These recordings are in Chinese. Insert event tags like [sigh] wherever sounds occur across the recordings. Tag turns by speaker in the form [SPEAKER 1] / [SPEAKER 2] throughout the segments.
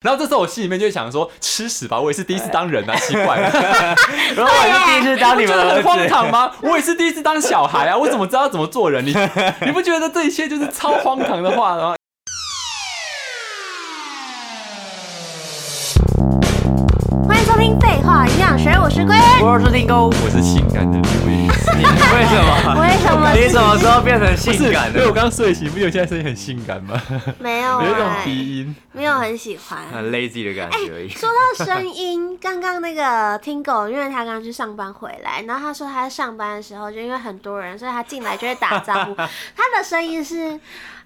[SPEAKER 1] 然后这时候我心里面就会想说，吃屎吧！我也是第一次当人啊，奇怪， [laughs]
[SPEAKER 2] 然后我是第一次当你
[SPEAKER 1] 觉
[SPEAKER 2] 们
[SPEAKER 1] 得
[SPEAKER 2] 儿
[SPEAKER 1] 很荒
[SPEAKER 2] 子，
[SPEAKER 1] 唐吗？我也是第一次当小孩啊，我怎么知道怎么做人？你 [laughs] 你不觉得这一切就是超荒唐的话吗？
[SPEAKER 3] 欢迎收听《废话营养学》，我是龟。
[SPEAKER 2] 我是听狗。
[SPEAKER 1] 我是性感的刘雨，
[SPEAKER 2] 你为什么？
[SPEAKER 3] 为什么？
[SPEAKER 2] 你什么时候变成
[SPEAKER 1] 不
[SPEAKER 2] 性
[SPEAKER 1] 是
[SPEAKER 2] 感
[SPEAKER 1] 因为我
[SPEAKER 2] 的？
[SPEAKER 1] 刚刚睡醒，不觉得现在声音很性感吗？
[SPEAKER 3] 没有、
[SPEAKER 1] 有一种
[SPEAKER 3] 哎
[SPEAKER 1] 鼻音，
[SPEAKER 3] 没有很喜欢。
[SPEAKER 2] 很 lazy 的感觉而已。
[SPEAKER 3] 说到声音，刚刚那个听狗，因为他刚去上班回来，然后他说他在上班的时候，就因为很多人，所以他进来就会打
[SPEAKER 1] [laughs]
[SPEAKER 3] 招呼。他的声音是“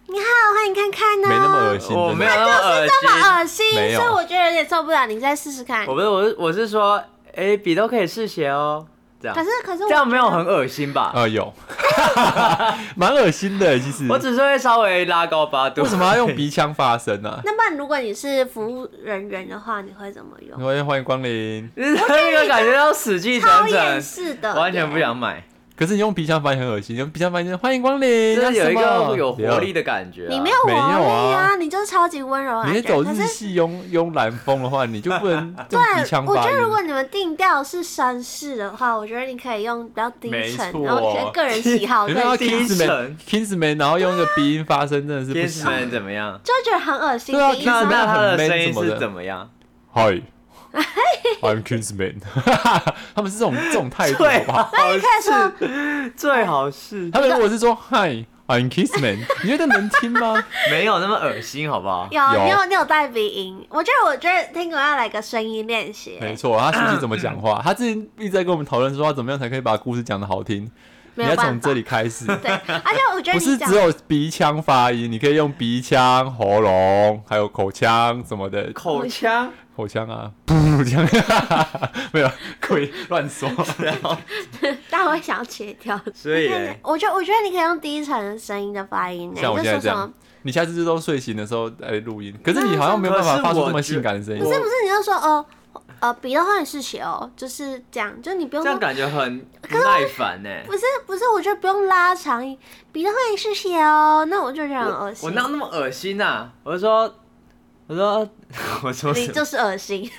[SPEAKER 3] 你好，欢迎看看呢、
[SPEAKER 1] 没那么恶心，
[SPEAKER 2] 我
[SPEAKER 1] 真
[SPEAKER 2] 没
[SPEAKER 1] 的
[SPEAKER 2] 有那么恶
[SPEAKER 3] 这么
[SPEAKER 2] 心，
[SPEAKER 3] 恶心，
[SPEAKER 1] 没有
[SPEAKER 3] 所以我觉得有点受不了。你再试试看。
[SPEAKER 2] 我不是，我是我是说，哎，笔都可以试写哦，这样
[SPEAKER 3] 可是可是我
[SPEAKER 2] 这样没有
[SPEAKER 3] 觉得
[SPEAKER 2] 很恶心吧？
[SPEAKER 1] 呃有， [laughs] 蛮恶心的其实。
[SPEAKER 2] 我只是会稍微拉高八度。
[SPEAKER 1] 嗯为什么要用？鼻腔发声啊呢、
[SPEAKER 3] 那不然如果你是服务人员的话，你会怎么用？
[SPEAKER 1] 欢迎欢迎光临。
[SPEAKER 2] 那个感觉要死气
[SPEAKER 3] 超
[SPEAKER 2] 沉
[SPEAKER 3] 厌
[SPEAKER 2] 沉，
[SPEAKER 3] 世的，
[SPEAKER 2] 完全不。想买。
[SPEAKER 1] 可是你用鼻腔发音很恶心，你用鼻腔发音就是欢迎光临，
[SPEAKER 2] 就是有
[SPEAKER 1] 那什
[SPEAKER 2] 一
[SPEAKER 1] 么
[SPEAKER 2] 个有活力。的感觉啊。
[SPEAKER 3] 你没有活
[SPEAKER 1] 没有
[SPEAKER 3] 力
[SPEAKER 1] 啊
[SPEAKER 3] 啊，你就是超级温柔的啊
[SPEAKER 1] 你
[SPEAKER 3] 感
[SPEAKER 1] 是
[SPEAKER 3] 觉。
[SPEAKER 1] 走
[SPEAKER 3] 可
[SPEAKER 1] 日
[SPEAKER 3] 是，
[SPEAKER 1] 系慵慵懒风的话，你就不
[SPEAKER 3] [laughs]
[SPEAKER 1] 能用鼻
[SPEAKER 3] 对，啊
[SPEAKER 1] 腔
[SPEAKER 3] 我
[SPEAKER 1] 发
[SPEAKER 3] 觉得如
[SPEAKER 1] [laughs]
[SPEAKER 3] 果
[SPEAKER 1] 音。
[SPEAKER 3] 你们定调是绅士的话，我觉得你可以用比较低
[SPEAKER 1] 没
[SPEAKER 3] 沉，
[SPEAKER 1] 错
[SPEAKER 3] 然后你的个人喜
[SPEAKER 1] [laughs]
[SPEAKER 3] 好
[SPEAKER 1] 你
[SPEAKER 3] 对
[SPEAKER 1] 看到
[SPEAKER 3] 象，
[SPEAKER 2] 低
[SPEAKER 1] Kingsman
[SPEAKER 2] 沉
[SPEAKER 1] Kingsman，然后用个鼻音发声，真的是不
[SPEAKER 2] 天
[SPEAKER 1] 行
[SPEAKER 2] 使。们怎么样？
[SPEAKER 3] 就觉得很恶心。
[SPEAKER 1] 对啊
[SPEAKER 3] 第一次
[SPEAKER 2] 那
[SPEAKER 1] 是
[SPEAKER 2] 那
[SPEAKER 1] 那
[SPEAKER 2] 他
[SPEAKER 1] 很
[SPEAKER 2] 的
[SPEAKER 1] man
[SPEAKER 2] 声音
[SPEAKER 1] 什么
[SPEAKER 2] 是
[SPEAKER 1] 的
[SPEAKER 2] 怎么样？
[SPEAKER 1] [laughs] Hi，I'm Kingsman。他 [laughs] 们是这种这种态度，
[SPEAKER 2] 啊
[SPEAKER 1] 好不好？
[SPEAKER 2] 那你可
[SPEAKER 3] 以说
[SPEAKER 2] 最好是
[SPEAKER 1] 他们如果是说 Hi，I'm Kingsman，你 [laughs] 觉得能听
[SPEAKER 2] [laughs]
[SPEAKER 1] 吗？
[SPEAKER 2] 没有那么恶心，好不好？
[SPEAKER 3] 有
[SPEAKER 1] 有
[SPEAKER 3] 你有你有带鼻音，我觉得我觉得听狗要来个声音练习。
[SPEAKER 1] 没错，他学习怎么讲话。他之前一直在跟我们讨论说，他怎么样才可以把故事讲得好听。你
[SPEAKER 3] 没有
[SPEAKER 1] 要
[SPEAKER 3] 办法
[SPEAKER 1] 从这里开始。
[SPEAKER 3] 对，而且我觉得
[SPEAKER 1] [laughs] 不是
[SPEAKER 3] 你讲
[SPEAKER 1] 只有鼻腔发音，你可以用鼻腔、喉咙，还有口腔什么的，
[SPEAKER 2] 口腔，
[SPEAKER 1] 口腔啊，噗这样，没有，鬼乱说。
[SPEAKER 3] 大家会想要切掉。
[SPEAKER 2] 所以
[SPEAKER 3] 看看我觉得我觉得你可以用低沉的声音的发音呢，欸
[SPEAKER 1] 像我
[SPEAKER 3] 你
[SPEAKER 1] 现
[SPEAKER 3] 就
[SPEAKER 1] 在
[SPEAKER 3] 说
[SPEAKER 1] 这
[SPEAKER 3] 什么
[SPEAKER 1] 样？，你下次就都睡醒的时候来录音，可是你好像没有办
[SPEAKER 2] 可
[SPEAKER 1] 法
[SPEAKER 2] 是
[SPEAKER 1] 发出
[SPEAKER 2] 我
[SPEAKER 1] 这么
[SPEAKER 2] 觉
[SPEAKER 1] 性感的声音
[SPEAKER 3] 不。是不是，你就说哦，呃，笔的话你是写哦，就是这样，就你不用
[SPEAKER 2] 这样感觉很不耐烦呢。
[SPEAKER 3] 不是不是，我觉得不用拉长，笔的话也是写哦，那我就觉得很恶
[SPEAKER 2] 我
[SPEAKER 3] 心。
[SPEAKER 2] 我哪有那么恶心呐？我说，我说，我说
[SPEAKER 3] 你
[SPEAKER 2] 什
[SPEAKER 3] 就
[SPEAKER 2] 么？
[SPEAKER 3] 是恶
[SPEAKER 1] [laughs]
[SPEAKER 3] 心，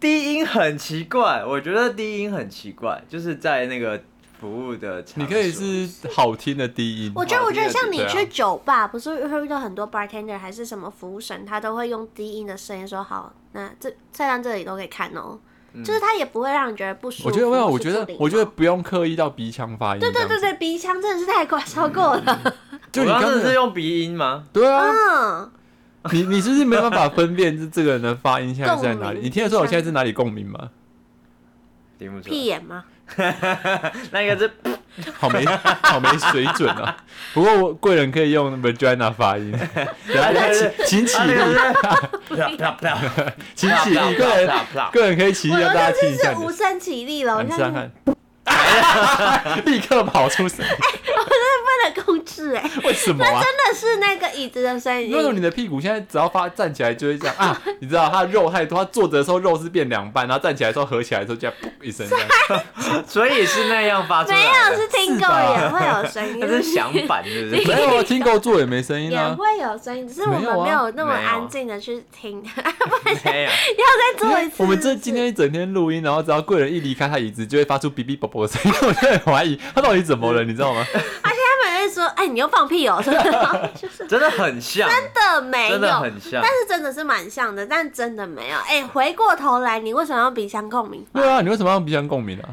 [SPEAKER 2] 低音很奇怪，我觉得低音很奇怪，就是在那个服务的场所，
[SPEAKER 1] 你可以是好听的低音，
[SPEAKER 3] 我觉得我觉得像你
[SPEAKER 1] 对啊
[SPEAKER 3] 去酒吧，不是会遇到很多 bartender 还是什么服务生，他都会用低音的声音说好，那这菜单这里都可以看哦，就是他也不会让人觉得不舒
[SPEAKER 1] 嗯
[SPEAKER 3] 服。
[SPEAKER 1] 我觉得没有，我
[SPEAKER 3] 是
[SPEAKER 1] 觉
[SPEAKER 3] 不
[SPEAKER 1] 得
[SPEAKER 3] 礼貌
[SPEAKER 1] 我觉得嗯不用刻意到鼻腔发音。
[SPEAKER 3] 对对对，对，鼻腔真的是太夸张过了，
[SPEAKER 1] 就你
[SPEAKER 2] 我
[SPEAKER 1] 刚
[SPEAKER 2] 刚刚真的是
[SPEAKER 1] 才。
[SPEAKER 2] 用鼻音吗？
[SPEAKER 1] 对啊，
[SPEAKER 3] 嗯，
[SPEAKER 1] 你你是不是没办法分辨这这个人的发音现在是在哪里？
[SPEAKER 3] 共鸣
[SPEAKER 1] 你听得出来我现在是哪里共鸣吗？
[SPEAKER 2] 听不出
[SPEAKER 3] 屁
[SPEAKER 2] 来，
[SPEAKER 3] 眼吗？
[SPEAKER 2] 那个是
[SPEAKER 1] 好没好没水准啊！不过我贵人可以用 vagina 发音，然后请请起
[SPEAKER 2] 啊那
[SPEAKER 1] 立，
[SPEAKER 2] 个是啪啪啪啪
[SPEAKER 1] 请起立，个人
[SPEAKER 2] 啪啪
[SPEAKER 1] 个人可以起立，
[SPEAKER 3] 我
[SPEAKER 1] 让大家
[SPEAKER 3] 我
[SPEAKER 1] 听
[SPEAKER 3] 这
[SPEAKER 1] 一
[SPEAKER 3] 次
[SPEAKER 1] 下
[SPEAKER 3] 是
[SPEAKER 1] 你
[SPEAKER 3] 无
[SPEAKER 1] 的。
[SPEAKER 3] 声起立了，
[SPEAKER 1] 啊
[SPEAKER 3] 我
[SPEAKER 1] 你
[SPEAKER 3] 现
[SPEAKER 1] 试
[SPEAKER 3] 在
[SPEAKER 1] 看看，立刻跑出声，
[SPEAKER 3] 为了控制哎、
[SPEAKER 1] 为什么啊？
[SPEAKER 3] 真的是那个椅子的声音。
[SPEAKER 1] 为什么你的屁股现在只要发站起来就会这样啊？你知道他肉太多，他坐着的时候肉是变两半，然后站起来的时候合起来的时候就这样噗一声这样。
[SPEAKER 2] 所以是那样发出
[SPEAKER 3] 没
[SPEAKER 2] 来的，
[SPEAKER 3] 有，是听狗也
[SPEAKER 1] [laughs]
[SPEAKER 3] 会有声音，
[SPEAKER 2] 它是响板，是不是？
[SPEAKER 1] 没有啊，听够坐也没声音
[SPEAKER 3] 也
[SPEAKER 1] 啊。
[SPEAKER 3] 会有声音，只是我们
[SPEAKER 1] 没
[SPEAKER 3] 没
[SPEAKER 1] 有啊
[SPEAKER 3] 有那么
[SPEAKER 2] 没有
[SPEAKER 3] 安静的去听。 [laughs]
[SPEAKER 2] 没有，
[SPEAKER 3] 要再
[SPEAKER 1] 因
[SPEAKER 3] 做一
[SPEAKER 1] 为
[SPEAKER 3] 次。
[SPEAKER 1] 我们这
[SPEAKER 3] 是不是
[SPEAKER 1] 今天一整天录音，然后只要贵人一离开他椅子，就会发出哔哔啵啵的声音，我就很怀疑他到底怎么了，你知道吗？
[SPEAKER 3] 他们会说：“哎，你又放屁哦！” [laughs] 就是
[SPEAKER 2] 真的很像，
[SPEAKER 3] 的没有，
[SPEAKER 2] 真的很像
[SPEAKER 3] 但。是真的是蛮像的，但真的没有。哎，回过头来，你为什么要鼻腔共鸣法？
[SPEAKER 1] 对啊，你为什么要鼻腔共鸣啊？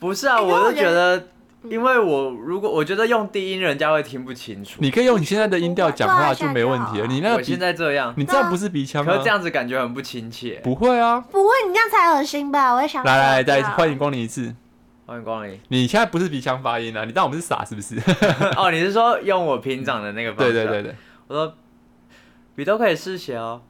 [SPEAKER 2] 不是啊，
[SPEAKER 3] 哎可是我
[SPEAKER 2] 我是
[SPEAKER 3] 觉
[SPEAKER 2] 觉得，因为我如果我觉得用低音，人家会听不清楚。
[SPEAKER 1] 你可以用你现在的音调讲话就没问题了。你那
[SPEAKER 2] 我
[SPEAKER 1] 个鼻
[SPEAKER 2] 现，在这样，
[SPEAKER 1] 你这啊样不是鼻腔
[SPEAKER 2] 可
[SPEAKER 1] 吗
[SPEAKER 2] 是？这样子感觉很不亲切。
[SPEAKER 1] 不会啊！
[SPEAKER 3] 不会，你这样才恶心吧？我会 [laughs] 想
[SPEAKER 1] 来来来，
[SPEAKER 3] 死掉
[SPEAKER 1] 再欢迎光临一次。
[SPEAKER 2] 欢迎光临。 [laughs]
[SPEAKER 1] 你现在不是鼻腔发音啊？你当我们是傻是
[SPEAKER 3] [laughs]
[SPEAKER 1] 不是？
[SPEAKER 2] 哦，你是说用我平常的那个方
[SPEAKER 1] 对
[SPEAKER 2] 式？啊
[SPEAKER 1] 对对。对，
[SPEAKER 2] 我说，笔都可以试写哦。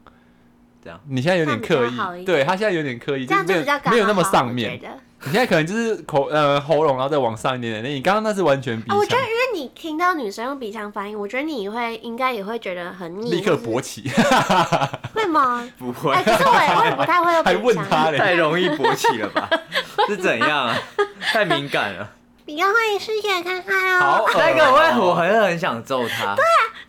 [SPEAKER 1] 你现在有点刻
[SPEAKER 3] 这样比较好一
[SPEAKER 1] 意，
[SPEAKER 3] 点
[SPEAKER 1] 对他现在有点刻意，
[SPEAKER 3] 这样
[SPEAKER 1] 就
[SPEAKER 3] 就是比较
[SPEAKER 1] 没有
[SPEAKER 3] 刚
[SPEAKER 1] 没有那么
[SPEAKER 3] 好
[SPEAKER 1] 上
[SPEAKER 3] 我
[SPEAKER 1] 面
[SPEAKER 3] 觉。得
[SPEAKER 1] 你现在可能就是口呃喉咙，然后再往上一点点。那你刚刚那是完全鼻
[SPEAKER 3] 啊，我觉
[SPEAKER 1] 腔
[SPEAKER 3] 得，因为你听到女生用鼻腔发音，我觉得你会应该也会觉得很腻，
[SPEAKER 1] 立刻
[SPEAKER 3] 或是
[SPEAKER 1] 勃
[SPEAKER 3] [laughs]
[SPEAKER 1] 起，
[SPEAKER 3] 会吗？
[SPEAKER 2] 不会
[SPEAKER 3] 哎、，可是我也我也不太会用
[SPEAKER 1] 还
[SPEAKER 3] 鼻
[SPEAKER 1] 问
[SPEAKER 3] 腔。
[SPEAKER 1] 他嘞。
[SPEAKER 2] 太容易勃起了吧？是怎样啊？太敏感了。
[SPEAKER 3] 你要欢迎师姐看看哦。
[SPEAKER 1] 好恶哦，
[SPEAKER 2] 那个我会，我很很想揍他。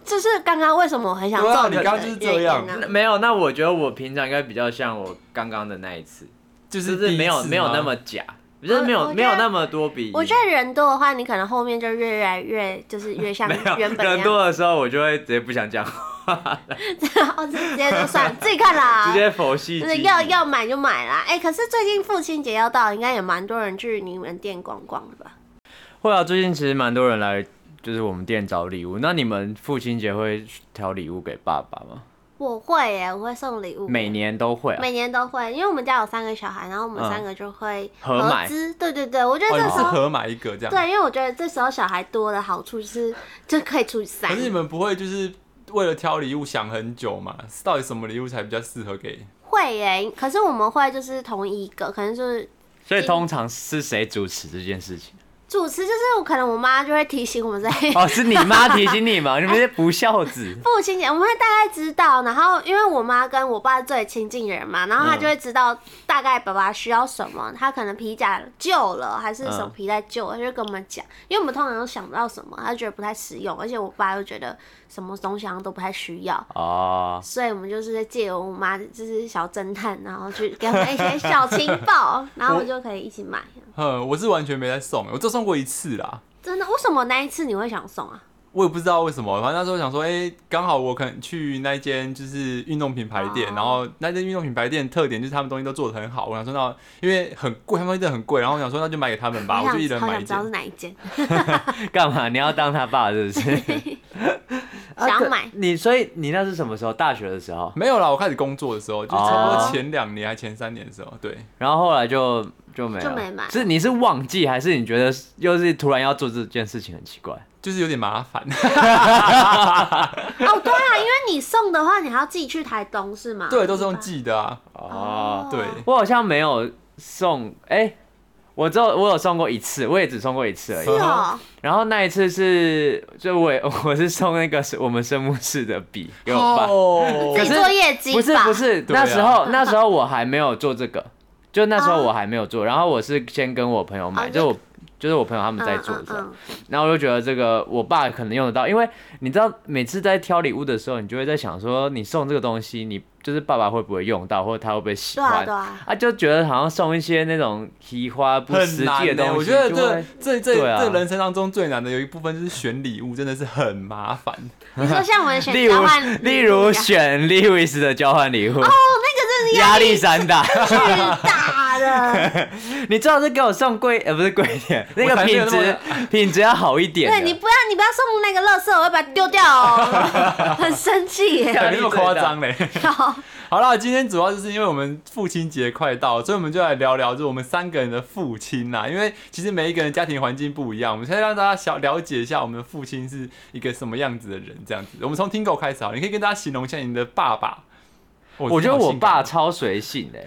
[SPEAKER 3] 就是刚刚为什么我很想
[SPEAKER 1] 对啊
[SPEAKER 3] 揍
[SPEAKER 1] 你
[SPEAKER 3] 人
[SPEAKER 1] 刚
[SPEAKER 3] 的
[SPEAKER 1] 刚就是这
[SPEAKER 3] 原因
[SPEAKER 1] 样
[SPEAKER 3] 呢？
[SPEAKER 2] 没有，那我觉得我平常应该比较像我刚刚的那一次，
[SPEAKER 1] 就
[SPEAKER 2] 就是是
[SPEAKER 1] 第一
[SPEAKER 2] 没有
[SPEAKER 1] 次
[SPEAKER 2] 没有
[SPEAKER 1] 吗
[SPEAKER 2] 那么假，就是没有
[SPEAKER 3] 我我觉得
[SPEAKER 2] 没有那么多比。
[SPEAKER 3] 我觉得人多的话，你可能后面就越来越就是
[SPEAKER 1] [laughs]
[SPEAKER 3] 越像
[SPEAKER 2] 没有
[SPEAKER 3] 原
[SPEAKER 2] 人
[SPEAKER 3] 本那样。啊
[SPEAKER 2] 多的时候，我就会直接不想讲，
[SPEAKER 3] [laughs] 哦，直接就算了自己看啦、
[SPEAKER 1] [laughs]
[SPEAKER 2] 直接佛系
[SPEAKER 3] 就
[SPEAKER 2] 经
[SPEAKER 3] 是
[SPEAKER 2] 营。
[SPEAKER 3] 要要买就买啦。哎、可是最近父亲节要到，应该也蛮多人去你们店逛逛的吧？
[SPEAKER 2] 会啊，最近其实蛮多人来，就是我们店找礼物。那你们父亲节会挑礼物给爸爸吗？
[SPEAKER 3] 我会耶，我会送礼物，
[SPEAKER 2] 每年都会啊。
[SPEAKER 3] 每年都会，因为我们家有三个小孩，然后我们
[SPEAKER 2] 嗯
[SPEAKER 3] 三个就会
[SPEAKER 2] 合买
[SPEAKER 3] 资。对对对，我觉得
[SPEAKER 1] 哦，
[SPEAKER 3] 这
[SPEAKER 1] 你
[SPEAKER 3] 时
[SPEAKER 1] 是
[SPEAKER 3] 候、
[SPEAKER 1] 合买一个这样。
[SPEAKER 3] 对，因为我觉得这时候小孩多的好处就是就可以除以三
[SPEAKER 1] 可。是你们不会就是为了挑礼物想很久嘛？到底什么礼物才比较适合给？
[SPEAKER 3] 会耶，可是我们会就是同一个，可能就是
[SPEAKER 2] 所以通常是谁主持这件事情？
[SPEAKER 3] 主持，就是我可能我妈就会提醒我们在
[SPEAKER 2] 哦，是你妈提醒你吗？你们这些不孝子。
[SPEAKER 3] [laughs] 父亲节，我们会大概知道，然后因为我妈跟我爸最亲近的人嘛，然后她就会知道大概爸爸需要什么，他可能皮夹旧了还是什么
[SPEAKER 2] 嗯
[SPEAKER 3] 皮带旧了，她就跟我们讲，因为我们通常都想不到什么，他觉得不太实用，而且我爸又觉得什么东西好像都不太需要。
[SPEAKER 2] 哦，
[SPEAKER 3] 所以我们就是在借由我妈就是小侦探，然后去给我们一些小情报，然后我们就可以一起买。
[SPEAKER 1] 哼，我是完全没在送，我就送过一次啦。
[SPEAKER 3] 真的？为什么那一次你会想送啊？
[SPEAKER 1] 我也不知道为什么，反正那时候想说，哎、刚好我可能去那间就是运动品牌店
[SPEAKER 2] 啊
[SPEAKER 3] 哦
[SPEAKER 1] 然后那间运动品牌店特点就是他们东西都做的很好。我想说那，因为很贵，他们东西真的很贵，然后我想说那就买给他们
[SPEAKER 2] 哎
[SPEAKER 1] 吧，
[SPEAKER 3] 好
[SPEAKER 1] 我就一
[SPEAKER 3] 想
[SPEAKER 1] 人
[SPEAKER 3] 好
[SPEAKER 1] 买
[SPEAKER 3] 想
[SPEAKER 1] 一
[SPEAKER 3] 知道是
[SPEAKER 1] 件。
[SPEAKER 3] 哪一间，
[SPEAKER 2] 干嘛？你要当他爸是不是？
[SPEAKER 3] 想买
[SPEAKER 2] [laughs] 啊可你，所以你那是什么时候？大学的时候，
[SPEAKER 1] 没有啦，我开始工作的时候，就差不
[SPEAKER 2] 哦
[SPEAKER 1] 多前两年还前三年的时候，对，
[SPEAKER 2] 然后后来就就没有，
[SPEAKER 3] 就没买
[SPEAKER 2] 是你是忘记，还是你觉得又是突然要做这件事情很奇怪？
[SPEAKER 1] 就是有点麻
[SPEAKER 2] [laughs]
[SPEAKER 1] 烦。
[SPEAKER 3] 哦，对啊，因为你送的话，你还要自己去台东是吗？
[SPEAKER 1] 对，都是用寄的啊，
[SPEAKER 2] 哦，
[SPEAKER 1] 对，
[SPEAKER 2] 我好像没有送，哎、我只有我有送过一次，我也只送过一次而已
[SPEAKER 1] 嗯
[SPEAKER 3] 是。哦，
[SPEAKER 2] 然后那一次是，就我也 [laughs] 我是送那个是我们生物室的笔给我爸，
[SPEAKER 1] 哦
[SPEAKER 3] 自
[SPEAKER 2] 可
[SPEAKER 3] 己
[SPEAKER 2] 是
[SPEAKER 3] 做业绩
[SPEAKER 2] 不是
[SPEAKER 3] 吧
[SPEAKER 2] 不，是，
[SPEAKER 1] 对啊
[SPEAKER 2] 那时
[SPEAKER 3] [laughs]
[SPEAKER 2] 候那时候我还没有做这个，就那时候我还没有做，然后我是先跟我朋友
[SPEAKER 3] 啊哦
[SPEAKER 2] 买，
[SPEAKER 3] 就
[SPEAKER 2] 就我就是我朋友他们在做的时候，
[SPEAKER 3] 嗯嗯
[SPEAKER 2] 然后我就觉得这个我爸可能用得到，因为你知道每次在挑礼物的时候，你就会在想说你送这个东西，你就是爸爸会不会用到，或者他会不会喜
[SPEAKER 3] 对啊
[SPEAKER 2] 欢
[SPEAKER 3] 对啊，
[SPEAKER 2] 啊，就觉得好像送一些那种奇花不实
[SPEAKER 1] 很难
[SPEAKER 2] 际的
[SPEAKER 1] 欸
[SPEAKER 2] 东西，
[SPEAKER 1] 我觉得
[SPEAKER 2] 就会
[SPEAKER 1] 这这这、
[SPEAKER 2] 对啊
[SPEAKER 1] 这人生当中最难的有一部分就是选礼物，真的是很麻烦。
[SPEAKER 3] 你说像我们选
[SPEAKER 2] 例
[SPEAKER 3] 交换礼
[SPEAKER 1] [laughs]
[SPEAKER 2] 如
[SPEAKER 3] 物一样，
[SPEAKER 2] 例如选 Lewis 的交换礼物，哦，那个真的压力山
[SPEAKER 3] [laughs]
[SPEAKER 2] 大。
[SPEAKER 3] 巨大
[SPEAKER 1] [laughs]
[SPEAKER 3] 的，
[SPEAKER 2] 你最好是给我送贵，呃，不是贵一点，那个
[SPEAKER 1] 才没有
[SPEAKER 2] 品
[SPEAKER 1] 那
[SPEAKER 2] 质
[SPEAKER 1] [laughs]
[SPEAKER 2] 品质要好一点的。
[SPEAKER 3] 对你不要你不要送那个垃圾，我会把它丢掉
[SPEAKER 1] [laughs]
[SPEAKER 3] 哦，很生气耶。 [laughs]
[SPEAKER 2] 压
[SPEAKER 1] 没
[SPEAKER 2] 力
[SPEAKER 1] 那么
[SPEAKER 2] 最大
[SPEAKER 1] 夸张嘞。
[SPEAKER 3] 好
[SPEAKER 1] 好了，今天主要就是因为我们父亲节快到了，所以我们就来聊聊，就是我们三个人的父亲啊啦。因为其实每一个人家庭环境不一样，我们先让大家小了解一下我们的父亲是一个什么样子的人，这样子。我们从听狗开始好了，你可以跟大家形容一下你的爸爸。哦
[SPEAKER 2] 我觉得
[SPEAKER 1] 好
[SPEAKER 2] 我
[SPEAKER 1] 性感
[SPEAKER 2] 爸超随性的，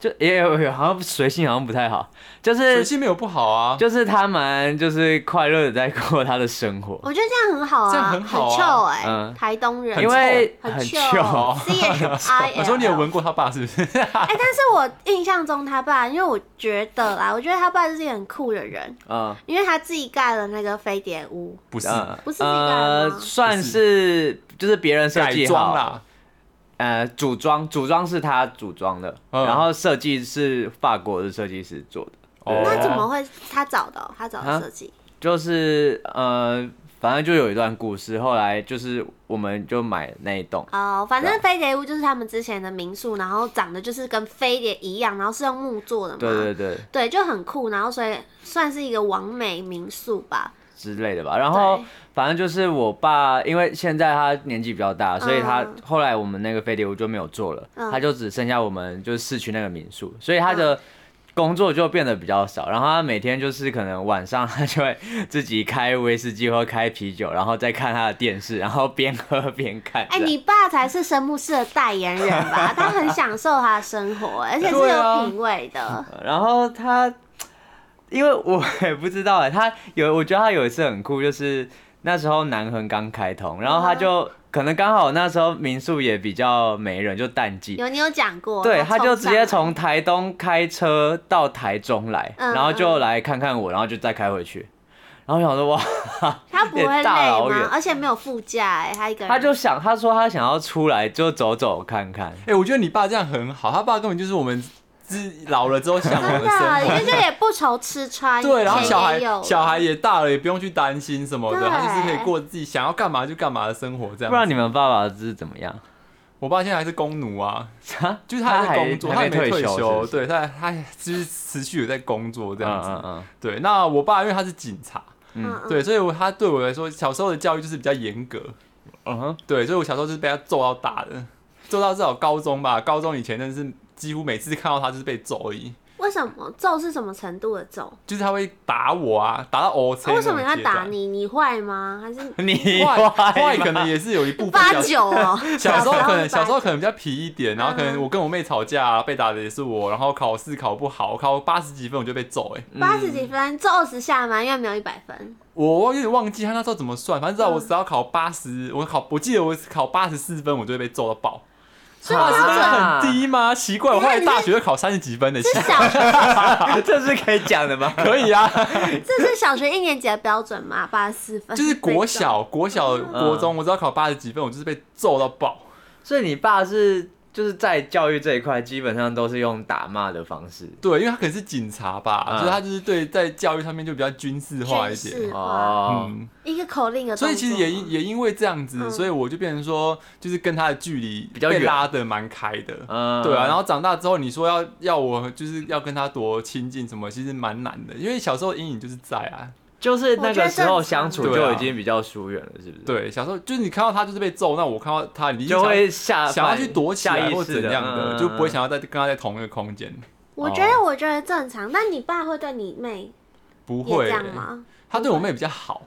[SPEAKER 2] 就也有有好像随性好像不太好，就
[SPEAKER 1] 水
[SPEAKER 2] 是
[SPEAKER 1] 性没有不好啊，
[SPEAKER 2] 就是他蛮就是快乐的在过他的生活，
[SPEAKER 3] 我觉得这样很好啊，
[SPEAKER 1] 这样很好啊
[SPEAKER 3] chill 哎，
[SPEAKER 2] 嗯
[SPEAKER 3] 台东人，
[SPEAKER 2] 因为
[SPEAKER 3] 很
[SPEAKER 2] 很
[SPEAKER 3] chill
[SPEAKER 2] 糗
[SPEAKER 3] C H
[SPEAKER 2] 啊哎
[SPEAKER 3] I
[SPEAKER 1] 我
[SPEAKER 3] L。
[SPEAKER 1] 哦说你有闻过他爸是不
[SPEAKER 2] [laughs]
[SPEAKER 1] 是？
[SPEAKER 3] 哎，但是我印象中他爸，因为我觉得啦，我觉得他爸就是一个很酷的人，
[SPEAKER 2] 嗯。
[SPEAKER 3] 因为他自己盖了那个飞碟屋，
[SPEAKER 1] 不是，
[SPEAKER 2] 嗯
[SPEAKER 3] 不是这个
[SPEAKER 2] 呃
[SPEAKER 3] 吗，
[SPEAKER 2] 算是就是别人设
[SPEAKER 1] 改
[SPEAKER 2] 计
[SPEAKER 1] 装
[SPEAKER 2] 好，
[SPEAKER 1] 啦。
[SPEAKER 2] 呃，组装组装是他组装的，
[SPEAKER 1] 嗯
[SPEAKER 2] 然后设计是法国的设计师做的。
[SPEAKER 1] 哦
[SPEAKER 2] 啊
[SPEAKER 3] 那怎么会他找的哦、他找的设计？
[SPEAKER 2] 就是呃，反正就有一段故事，后来就是我们就买那一栋，
[SPEAKER 3] 哦，反
[SPEAKER 2] 啊
[SPEAKER 3] 正飞碟屋就是他们之前的民宿，然后长得就是跟飞碟一样，然后是用木做的嘛。
[SPEAKER 2] 对对对
[SPEAKER 3] 对就很酷，然后所以算是一个完美民宿吧。
[SPEAKER 2] 之类的吧。然后
[SPEAKER 3] 对
[SPEAKER 2] 反正就是我爸，因为现在他年纪比较大，所以他
[SPEAKER 3] 嗯
[SPEAKER 2] 后来我们那个飞碟屋就没有做了，
[SPEAKER 3] 嗯
[SPEAKER 2] 他就只剩下我们就是市区那个民宿，所以他的。工作就变得比较少，然后他每天就是可能晚上他就会自己开威士忌或开啤酒，然后再看他的电视，然后边喝边看。
[SPEAKER 3] 哎、
[SPEAKER 2] 这样
[SPEAKER 3] 你爸才是神木社的代言人吧？他很享受他的生活，而且是
[SPEAKER 1] 对啊
[SPEAKER 3] 有品味的。
[SPEAKER 2] 然后他，因为我也不知道哎，他有，我觉得他有一次很酷，就是那时候南横刚开通，然后
[SPEAKER 3] 嗯
[SPEAKER 2] 他就可能刚好那时候民宿也比较没人，就淡季。
[SPEAKER 3] 有你有讲过？
[SPEAKER 2] 对，他就
[SPEAKER 3] 冲
[SPEAKER 2] 直接
[SPEAKER 3] 上来
[SPEAKER 2] 从台东开车到台中来，
[SPEAKER 3] 嗯
[SPEAKER 2] 然后就
[SPEAKER 3] 嗯
[SPEAKER 2] 来看看我，然后就再开回去。然后我想说哇，
[SPEAKER 3] 他不会累
[SPEAKER 2] 也大老
[SPEAKER 3] 吗
[SPEAKER 2] 远？
[SPEAKER 3] 而且没有副驾哎、他一个人。
[SPEAKER 2] 他就想他说他想要出来就走走看看，
[SPEAKER 1] 哎、我觉得你爸这样很好，他爸根本就是我们之老了之后向往
[SPEAKER 3] 真
[SPEAKER 1] 的生
[SPEAKER 3] 的，
[SPEAKER 1] 活
[SPEAKER 3] 因。
[SPEAKER 2] 啊
[SPEAKER 3] 为这也不愁吃穿，
[SPEAKER 1] 对，然后
[SPEAKER 3] 钱
[SPEAKER 1] 小孩
[SPEAKER 3] 啊也有
[SPEAKER 1] 小孩也大了，也不用去担心什么的，
[SPEAKER 3] 对
[SPEAKER 1] 他就是可以过自己想要干嘛就干嘛的生活这样。
[SPEAKER 2] 不然你们爸爸是怎么样？ [laughs]
[SPEAKER 1] 我爸现在还是工奴啊，
[SPEAKER 2] 啊
[SPEAKER 1] 就是他还在工作，他
[SPEAKER 2] 还
[SPEAKER 1] 也没退
[SPEAKER 2] 休，是不是，
[SPEAKER 1] 对，他 [laughs] 他就是持续有在工作这样子。
[SPEAKER 2] 嗯嗯
[SPEAKER 1] 对，那我爸因为他是警察，
[SPEAKER 3] 嗯，嗯
[SPEAKER 1] 对，所以我他对我来说，小时候的教育就是比较严格，
[SPEAKER 2] 嗯嗯哼，
[SPEAKER 1] 对，所以我小时候就是被他揍到大的，揍到至少高中吧，高中以前真的是几乎每次看到他就是被揍而已。
[SPEAKER 3] 为什么揍是什么程度的揍？
[SPEAKER 1] 就是他会打我啊，打到 O 车。
[SPEAKER 3] 为什么要打？你？你坏吗？还是
[SPEAKER 2] 你
[SPEAKER 1] 坏坏
[SPEAKER 2] 坏
[SPEAKER 1] 可能也是有一部分
[SPEAKER 3] 八
[SPEAKER 1] 小
[SPEAKER 3] 九哦？
[SPEAKER 1] [laughs] 小时候可能
[SPEAKER 3] 是
[SPEAKER 1] 小时候
[SPEAKER 3] 八
[SPEAKER 1] 可能比较皮一点，然后可
[SPEAKER 3] 嗯
[SPEAKER 1] 能我跟我妹吵架、啊，被打的也是我，然后考试考不好，考八十几分我就被揍、欸，哎，
[SPEAKER 3] 八十几分，揍二十下吗？因为没有一百
[SPEAKER 1] [laughs]
[SPEAKER 3] 分。
[SPEAKER 1] 我有点忘记他那时候怎么算，反正知道
[SPEAKER 3] 嗯
[SPEAKER 1] 我只要考八十，我考我记得我考八十四分我就会被揍到爆。
[SPEAKER 3] 所以
[SPEAKER 1] 八
[SPEAKER 3] 我
[SPEAKER 1] 十
[SPEAKER 3] 要准
[SPEAKER 1] 分很低吗？奇怪，我后来大学就考三十几分的，奇
[SPEAKER 3] 是小，
[SPEAKER 2] [laughs] 这是啊 [laughs] 可以讲的吗？
[SPEAKER 1] 可以啊，
[SPEAKER 3] 这是小学一年级的标准嘛？八十四分，
[SPEAKER 1] 就是国小、国小、
[SPEAKER 3] 嗯
[SPEAKER 1] 国中，我只要考八十几分，我就是被揍到爆。
[SPEAKER 2] 所以你爸是就是在教育这一块，基本上都是用打骂的方式。
[SPEAKER 1] 对，因为他可能是警察吧，
[SPEAKER 2] 嗯
[SPEAKER 1] 所以他就是对在教育上面就比较军事化一
[SPEAKER 3] 军
[SPEAKER 1] 些。
[SPEAKER 3] 事化，
[SPEAKER 2] 哦，
[SPEAKER 1] 嗯，
[SPEAKER 3] 一个口令的
[SPEAKER 1] 所
[SPEAKER 3] 动作嘛。
[SPEAKER 1] 以其实也因也因为这样子，
[SPEAKER 3] 嗯
[SPEAKER 1] 所以我就变成说，就是跟他的距离
[SPEAKER 2] 比较
[SPEAKER 1] 被
[SPEAKER 2] 远
[SPEAKER 1] 拉的蛮开的。
[SPEAKER 2] 嗯
[SPEAKER 1] 对啊，然后长大之后，你说要要我就是要跟他多亲近什么，其实蛮难的，因为小时候阴影就是在啊。
[SPEAKER 2] 就是那个时候相
[SPEAKER 1] 我
[SPEAKER 2] 处
[SPEAKER 1] 觉得正常
[SPEAKER 2] 就已经比较疏远了，是不是？，
[SPEAKER 1] 对，小时候就是你看到他就是被揍，那我看到他，你
[SPEAKER 2] 就会
[SPEAKER 1] 想
[SPEAKER 2] 下
[SPEAKER 1] 想要去躲起
[SPEAKER 2] 下
[SPEAKER 1] 来
[SPEAKER 2] 意
[SPEAKER 1] 或
[SPEAKER 2] 识
[SPEAKER 1] 怎样的，
[SPEAKER 2] 嗯
[SPEAKER 1] 就不会想要再跟他在同一个空间。
[SPEAKER 3] 我觉
[SPEAKER 1] 哦
[SPEAKER 3] 得我觉得正常。那你爸会对你妹
[SPEAKER 1] 不
[SPEAKER 3] 也这
[SPEAKER 1] 会欸、
[SPEAKER 3] 样吗？
[SPEAKER 1] 他对我妹比较好，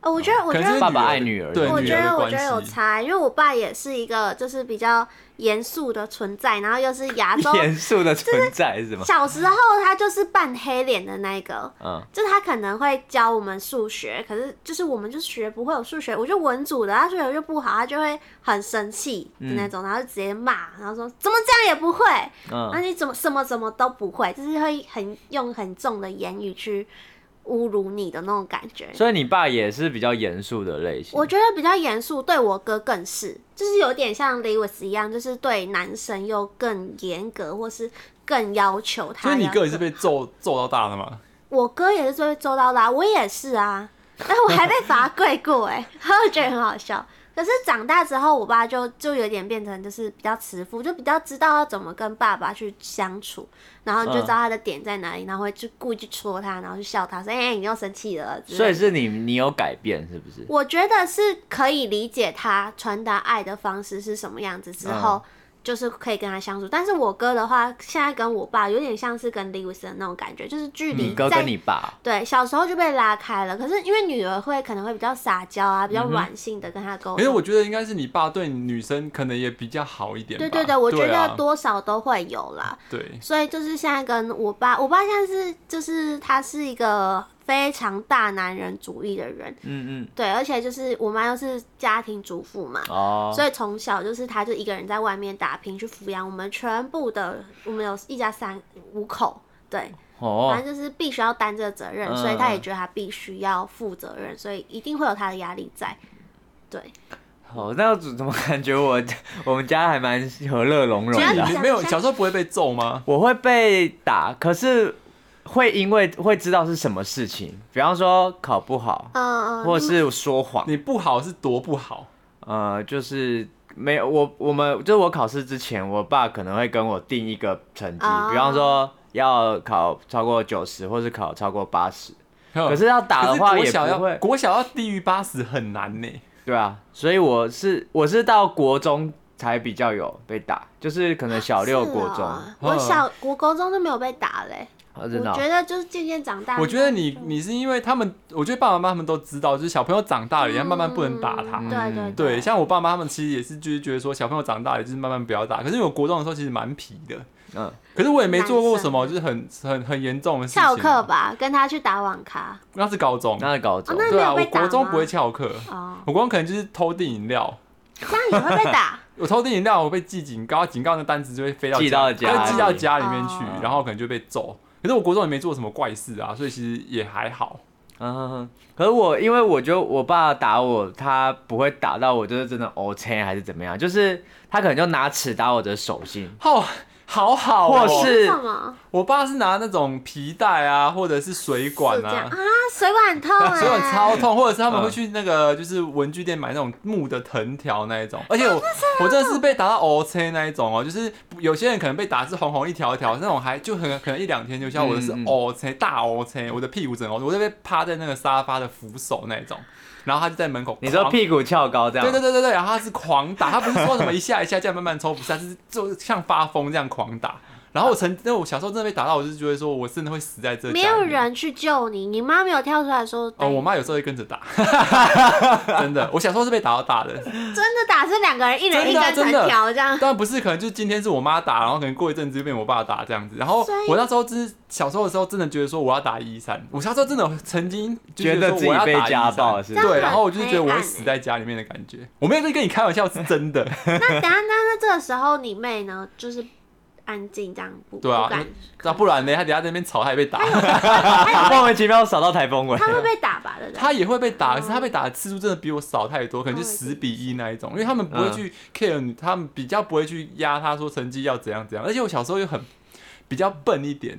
[SPEAKER 3] 哦，我觉得我
[SPEAKER 1] 可
[SPEAKER 3] 觉
[SPEAKER 1] 能是
[SPEAKER 3] 得
[SPEAKER 2] 爸爸爱女儿。
[SPEAKER 1] 对
[SPEAKER 3] 我
[SPEAKER 1] 女
[SPEAKER 3] 觉
[SPEAKER 1] 儿
[SPEAKER 3] 得
[SPEAKER 1] 的
[SPEAKER 3] 我
[SPEAKER 1] 关
[SPEAKER 3] 觉
[SPEAKER 1] 系
[SPEAKER 3] 得有差，因为我爸也是一个就是比较严肃的存在，然后又是亚洲
[SPEAKER 2] 严肃的存在 [laughs] 是吗？
[SPEAKER 3] 小时候他就是扮黑脸的那一个，
[SPEAKER 2] 嗯，
[SPEAKER 3] 就是他可能会教我们数学，可是就是我们就是学不会有数学，我就文组的，他数学就不好，他就会很生气的
[SPEAKER 1] 嗯
[SPEAKER 3] 那种，然后就直接骂，然后说怎么这样也不会，那、
[SPEAKER 2] 嗯，
[SPEAKER 3] 你怎么什么怎么都不会，就是会很用很重的言语去侮辱你的那种感觉。
[SPEAKER 2] 所以你爸也是比较严肃的类型。
[SPEAKER 3] 我觉得比较严肃，对我哥更是，就是有点像 Lewis 一样，就是对男生又更严格，或是更要求他
[SPEAKER 1] 所
[SPEAKER 3] 要
[SPEAKER 1] 以
[SPEAKER 3] 更。
[SPEAKER 1] 你个人是被揍揍到大的嘛？
[SPEAKER 3] 我哥也是被揍到啦，我也是啊， [laughs] 但我还被罚跪 [laughs] 过哎、欸，我觉得很好笑。可是长大之后，我爸就就有点变成就是比较慈父，就比较知道要怎么跟爸爸去相处，然后你就知道
[SPEAKER 1] 嗯
[SPEAKER 3] 他的点在哪里，然后会去故意去戳他，然后去笑他说：“哎、你又生气了。”之类的
[SPEAKER 2] 所以是你你有改变是不是？
[SPEAKER 3] 我觉得是可以理解他传达爱的方式是什么样子之后，就是可以跟他相处。但是我哥的话，现在跟我爸有点像是跟 Lewis 的那种感觉，就是距离
[SPEAKER 2] 你嗯哥
[SPEAKER 3] 在
[SPEAKER 2] 跟你爸，
[SPEAKER 3] 对小时候就被拉开了。可是因为女儿会可能会比较撒娇啊，比较软性的跟他沟
[SPEAKER 1] 可是
[SPEAKER 3] 通。
[SPEAKER 1] 我觉得应该是你爸对女生可能也比较好一点吧。
[SPEAKER 3] 对对对，我觉
[SPEAKER 1] 啊
[SPEAKER 3] 得多少都会有啦。
[SPEAKER 1] 对，
[SPEAKER 3] 所以就是现在跟我爸，我爸现在是就是他是一个非常大男人主义的人，
[SPEAKER 2] 嗯嗯，
[SPEAKER 3] 对，而且就是我妈又是家庭主妇嘛，
[SPEAKER 2] 哦，
[SPEAKER 3] 所以从小就是他就一个人在外面打拼去抚养我们全部的，我们有一家三五口，对，反
[SPEAKER 2] 哦，
[SPEAKER 3] 正就是必须要担这个责任，
[SPEAKER 2] 嗯
[SPEAKER 3] 所以他也觉得他必须要负责任，所以一定会有他的压力在。对，
[SPEAKER 2] 好，那怎么感觉我我们家还蛮和乐融融
[SPEAKER 3] 不要
[SPEAKER 2] 的
[SPEAKER 3] 讲
[SPEAKER 2] 啊？
[SPEAKER 1] 你没有小时候不会被揍吗？
[SPEAKER 2] 我会被打，可是会因为会知道是什么事情，比方说考不好，
[SPEAKER 3] 嗯嗯，
[SPEAKER 2] 或是说谎，
[SPEAKER 1] 你不好是多不好，
[SPEAKER 2] 呃，就是没有我我们就是我考试之前，我爸可能会跟我定一个成绩，
[SPEAKER 3] 哦
[SPEAKER 2] 比方说要考超过九十，或是考超过八十。可
[SPEAKER 1] 嗯可
[SPEAKER 2] 是要打的话
[SPEAKER 1] 国
[SPEAKER 2] 也
[SPEAKER 1] 小
[SPEAKER 2] 不
[SPEAKER 1] 要
[SPEAKER 2] 会，
[SPEAKER 1] 国小要低于八十很难呢。
[SPEAKER 2] 对啊，所以我是我是到国中才比较有被打，就是可能小六
[SPEAKER 3] 是
[SPEAKER 2] 国
[SPEAKER 3] 哦
[SPEAKER 2] 中，
[SPEAKER 3] 我小我高中都没有被打嘞、
[SPEAKER 2] 啊真
[SPEAKER 3] 我
[SPEAKER 2] 的哦
[SPEAKER 3] 觉得就是渐渐长大。
[SPEAKER 1] 我觉得你你是因为他们，我觉得爸爸妈妈他们都知道，就是小朋友长大了，人家慢慢不能打他。
[SPEAKER 3] 嗯对对
[SPEAKER 1] 对，像我爸妈他们其实也是就是觉得说小朋友长大了就是慢慢不要打，可是因为我国中的时候其实蛮皮的，
[SPEAKER 2] 嗯，
[SPEAKER 1] 可是我也没做过什么就是很很很严重的事情。啊
[SPEAKER 3] 翘课，吧，跟他去打网咖
[SPEAKER 1] 那是高中。
[SPEAKER 2] 那是嗯高中
[SPEAKER 3] 哦那你
[SPEAKER 1] 对啊，
[SPEAKER 3] 有被
[SPEAKER 1] 我
[SPEAKER 3] 打
[SPEAKER 1] 国中
[SPEAKER 3] 吗
[SPEAKER 1] 不会翘课， [laughs]
[SPEAKER 3] 哦，
[SPEAKER 1] 我国中可能就是偷订饮料，
[SPEAKER 3] 这样也会被打。
[SPEAKER 1] 我偷订饮料，我被记警告，啊警告那单子就会飞到
[SPEAKER 2] 寄到
[SPEAKER 1] 家，
[SPEAKER 2] 家
[SPEAKER 1] 会寄到家里面去
[SPEAKER 3] 哦，
[SPEAKER 1] 然后可能就被揍。可是我国中也没做什么怪事啊，所以其实也还好。
[SPEAKER 2] 嗯，可是我因为我觉得我爸打我，他不会打到我，就是真的 O k 还是怎么样，就是他可能就拿尺打我的手心，
[SPEAKER 1] 好好好哦，
[SPEAKER 2] 或是
[SPEAKER 3] 什么？
[SPEAKER 1] 我爸是拿那种皮带啊，或者是水管
[SPEAKER 3] 是这样
[SPEAKER 1] 啊
[SPEAKER 3] 啊，，水管很痛哎、
[SPEAKER 1] 水管超痛，或者是他们会去那个就是文具店买那种木的藤条哦那一种，而且我我真的是被打到 O C 那一种哦，就是有些人可能被打是红红一条一条那种，还就很可能一两天就消，我的是
[SPEAKER 2] 嗯嗯
[SPEAKER 1] O C 大 O C，我的屁股整个 O C，我就被趴在那个沙发的扶手那一种，然后他就在门口，
[SPEAKER 2] 你说。屁股翘高这样，
[SPEAKER 1] 对对对对对，然后他是狂打，他不是说什么一下一下这样慢慢抽，不是，他是就像发疯这样狂打。然后我曾，那我小时候真的被打到，我就觉得说我真的会死在这家里
[SPEAKER 3] 没
[SPEAKER 1] 面。
[SPEAKER 3] 有人去救你，你妈没有跳出来说，
[SPEAKER 1] 哦，我妈有时候会跟着打， [laughs] 真的。我小时候是被打到大的，
[SPEAKER 3] 哎真的打是两个人一人
[SPEAKER 1] 真
[SPEAKER 3] 一
[SPEAKER 1] 的啊
[SPEAKER 3] 根藤
[SPEAKER 1] 真的
[SPEAKER 3] 条
[SPEAKER 1] [laughs]
[SPEAKER 3] 这样，
[SPEAKER 1] 当然不是，可能就是今天是我妈打，然后可能过一阵子就变我爸打这样子。然后
[SPEAKER 3] 所以
[SPEAKER 1] 我那时候真是小时候的时候，真的觉得说我要打一三，我小时候真的曾经就
[SPEAKER 2] 觉
[SPEAKER 1] 得
[SPEAKER 2] 得
[SPEAKER 1] 说
[SPEAKER 2] 自己
[SPEAKER 1] 我要
[SPEAKER 2] 被
[SPEAKER 1] 打
[SPEAKER 2] 家
[SPEAKER 1] 1-3
[SPEAKER 2] 暴是不是
[SPEAKER 3] 这
[SPEAKER 1] 对，
[SPEAKER 3] 样
[SPEAKER 1] 然后我就是觉得我
[SPEAKER 3] 很黑
[SPEAKER 1] 会
[SPEAKER 3] 暗
[SPEAKER 1] 死
[SPEAKER 3] 欸
[SPEAKER 1] 在家里面的感觉。我没有在跟你开玩笑，是真 [laughs] 的。
[SPEAKER 3] 那等下，那那这个时候你妹呢，就是安静这样不
[SPEAKER 1] 对啊 [laughs]
[SPEAKER 3] 不敢，
[SPEAKER 1] 那不然呢？他等下在那边吵，他也被打，
[SPEAKER 2] [laughs] 莫名其妙扫到台风尾
[SPEAKER 3] 她，会被打吧？对不对？
[SPEAKER 1] 他也会被打，可是他
[SPEAKER 3] 嗯
[SPEAKER 1] 被打的次数真的比我少太多，可能就
[SPEAKER 3] 哦
[SPEAKER 1] 十比一那一种，因为他们不会去 care 你，他们比较不会去压他说成绩要怎样怎样，而且我小时候又很比较笨一点，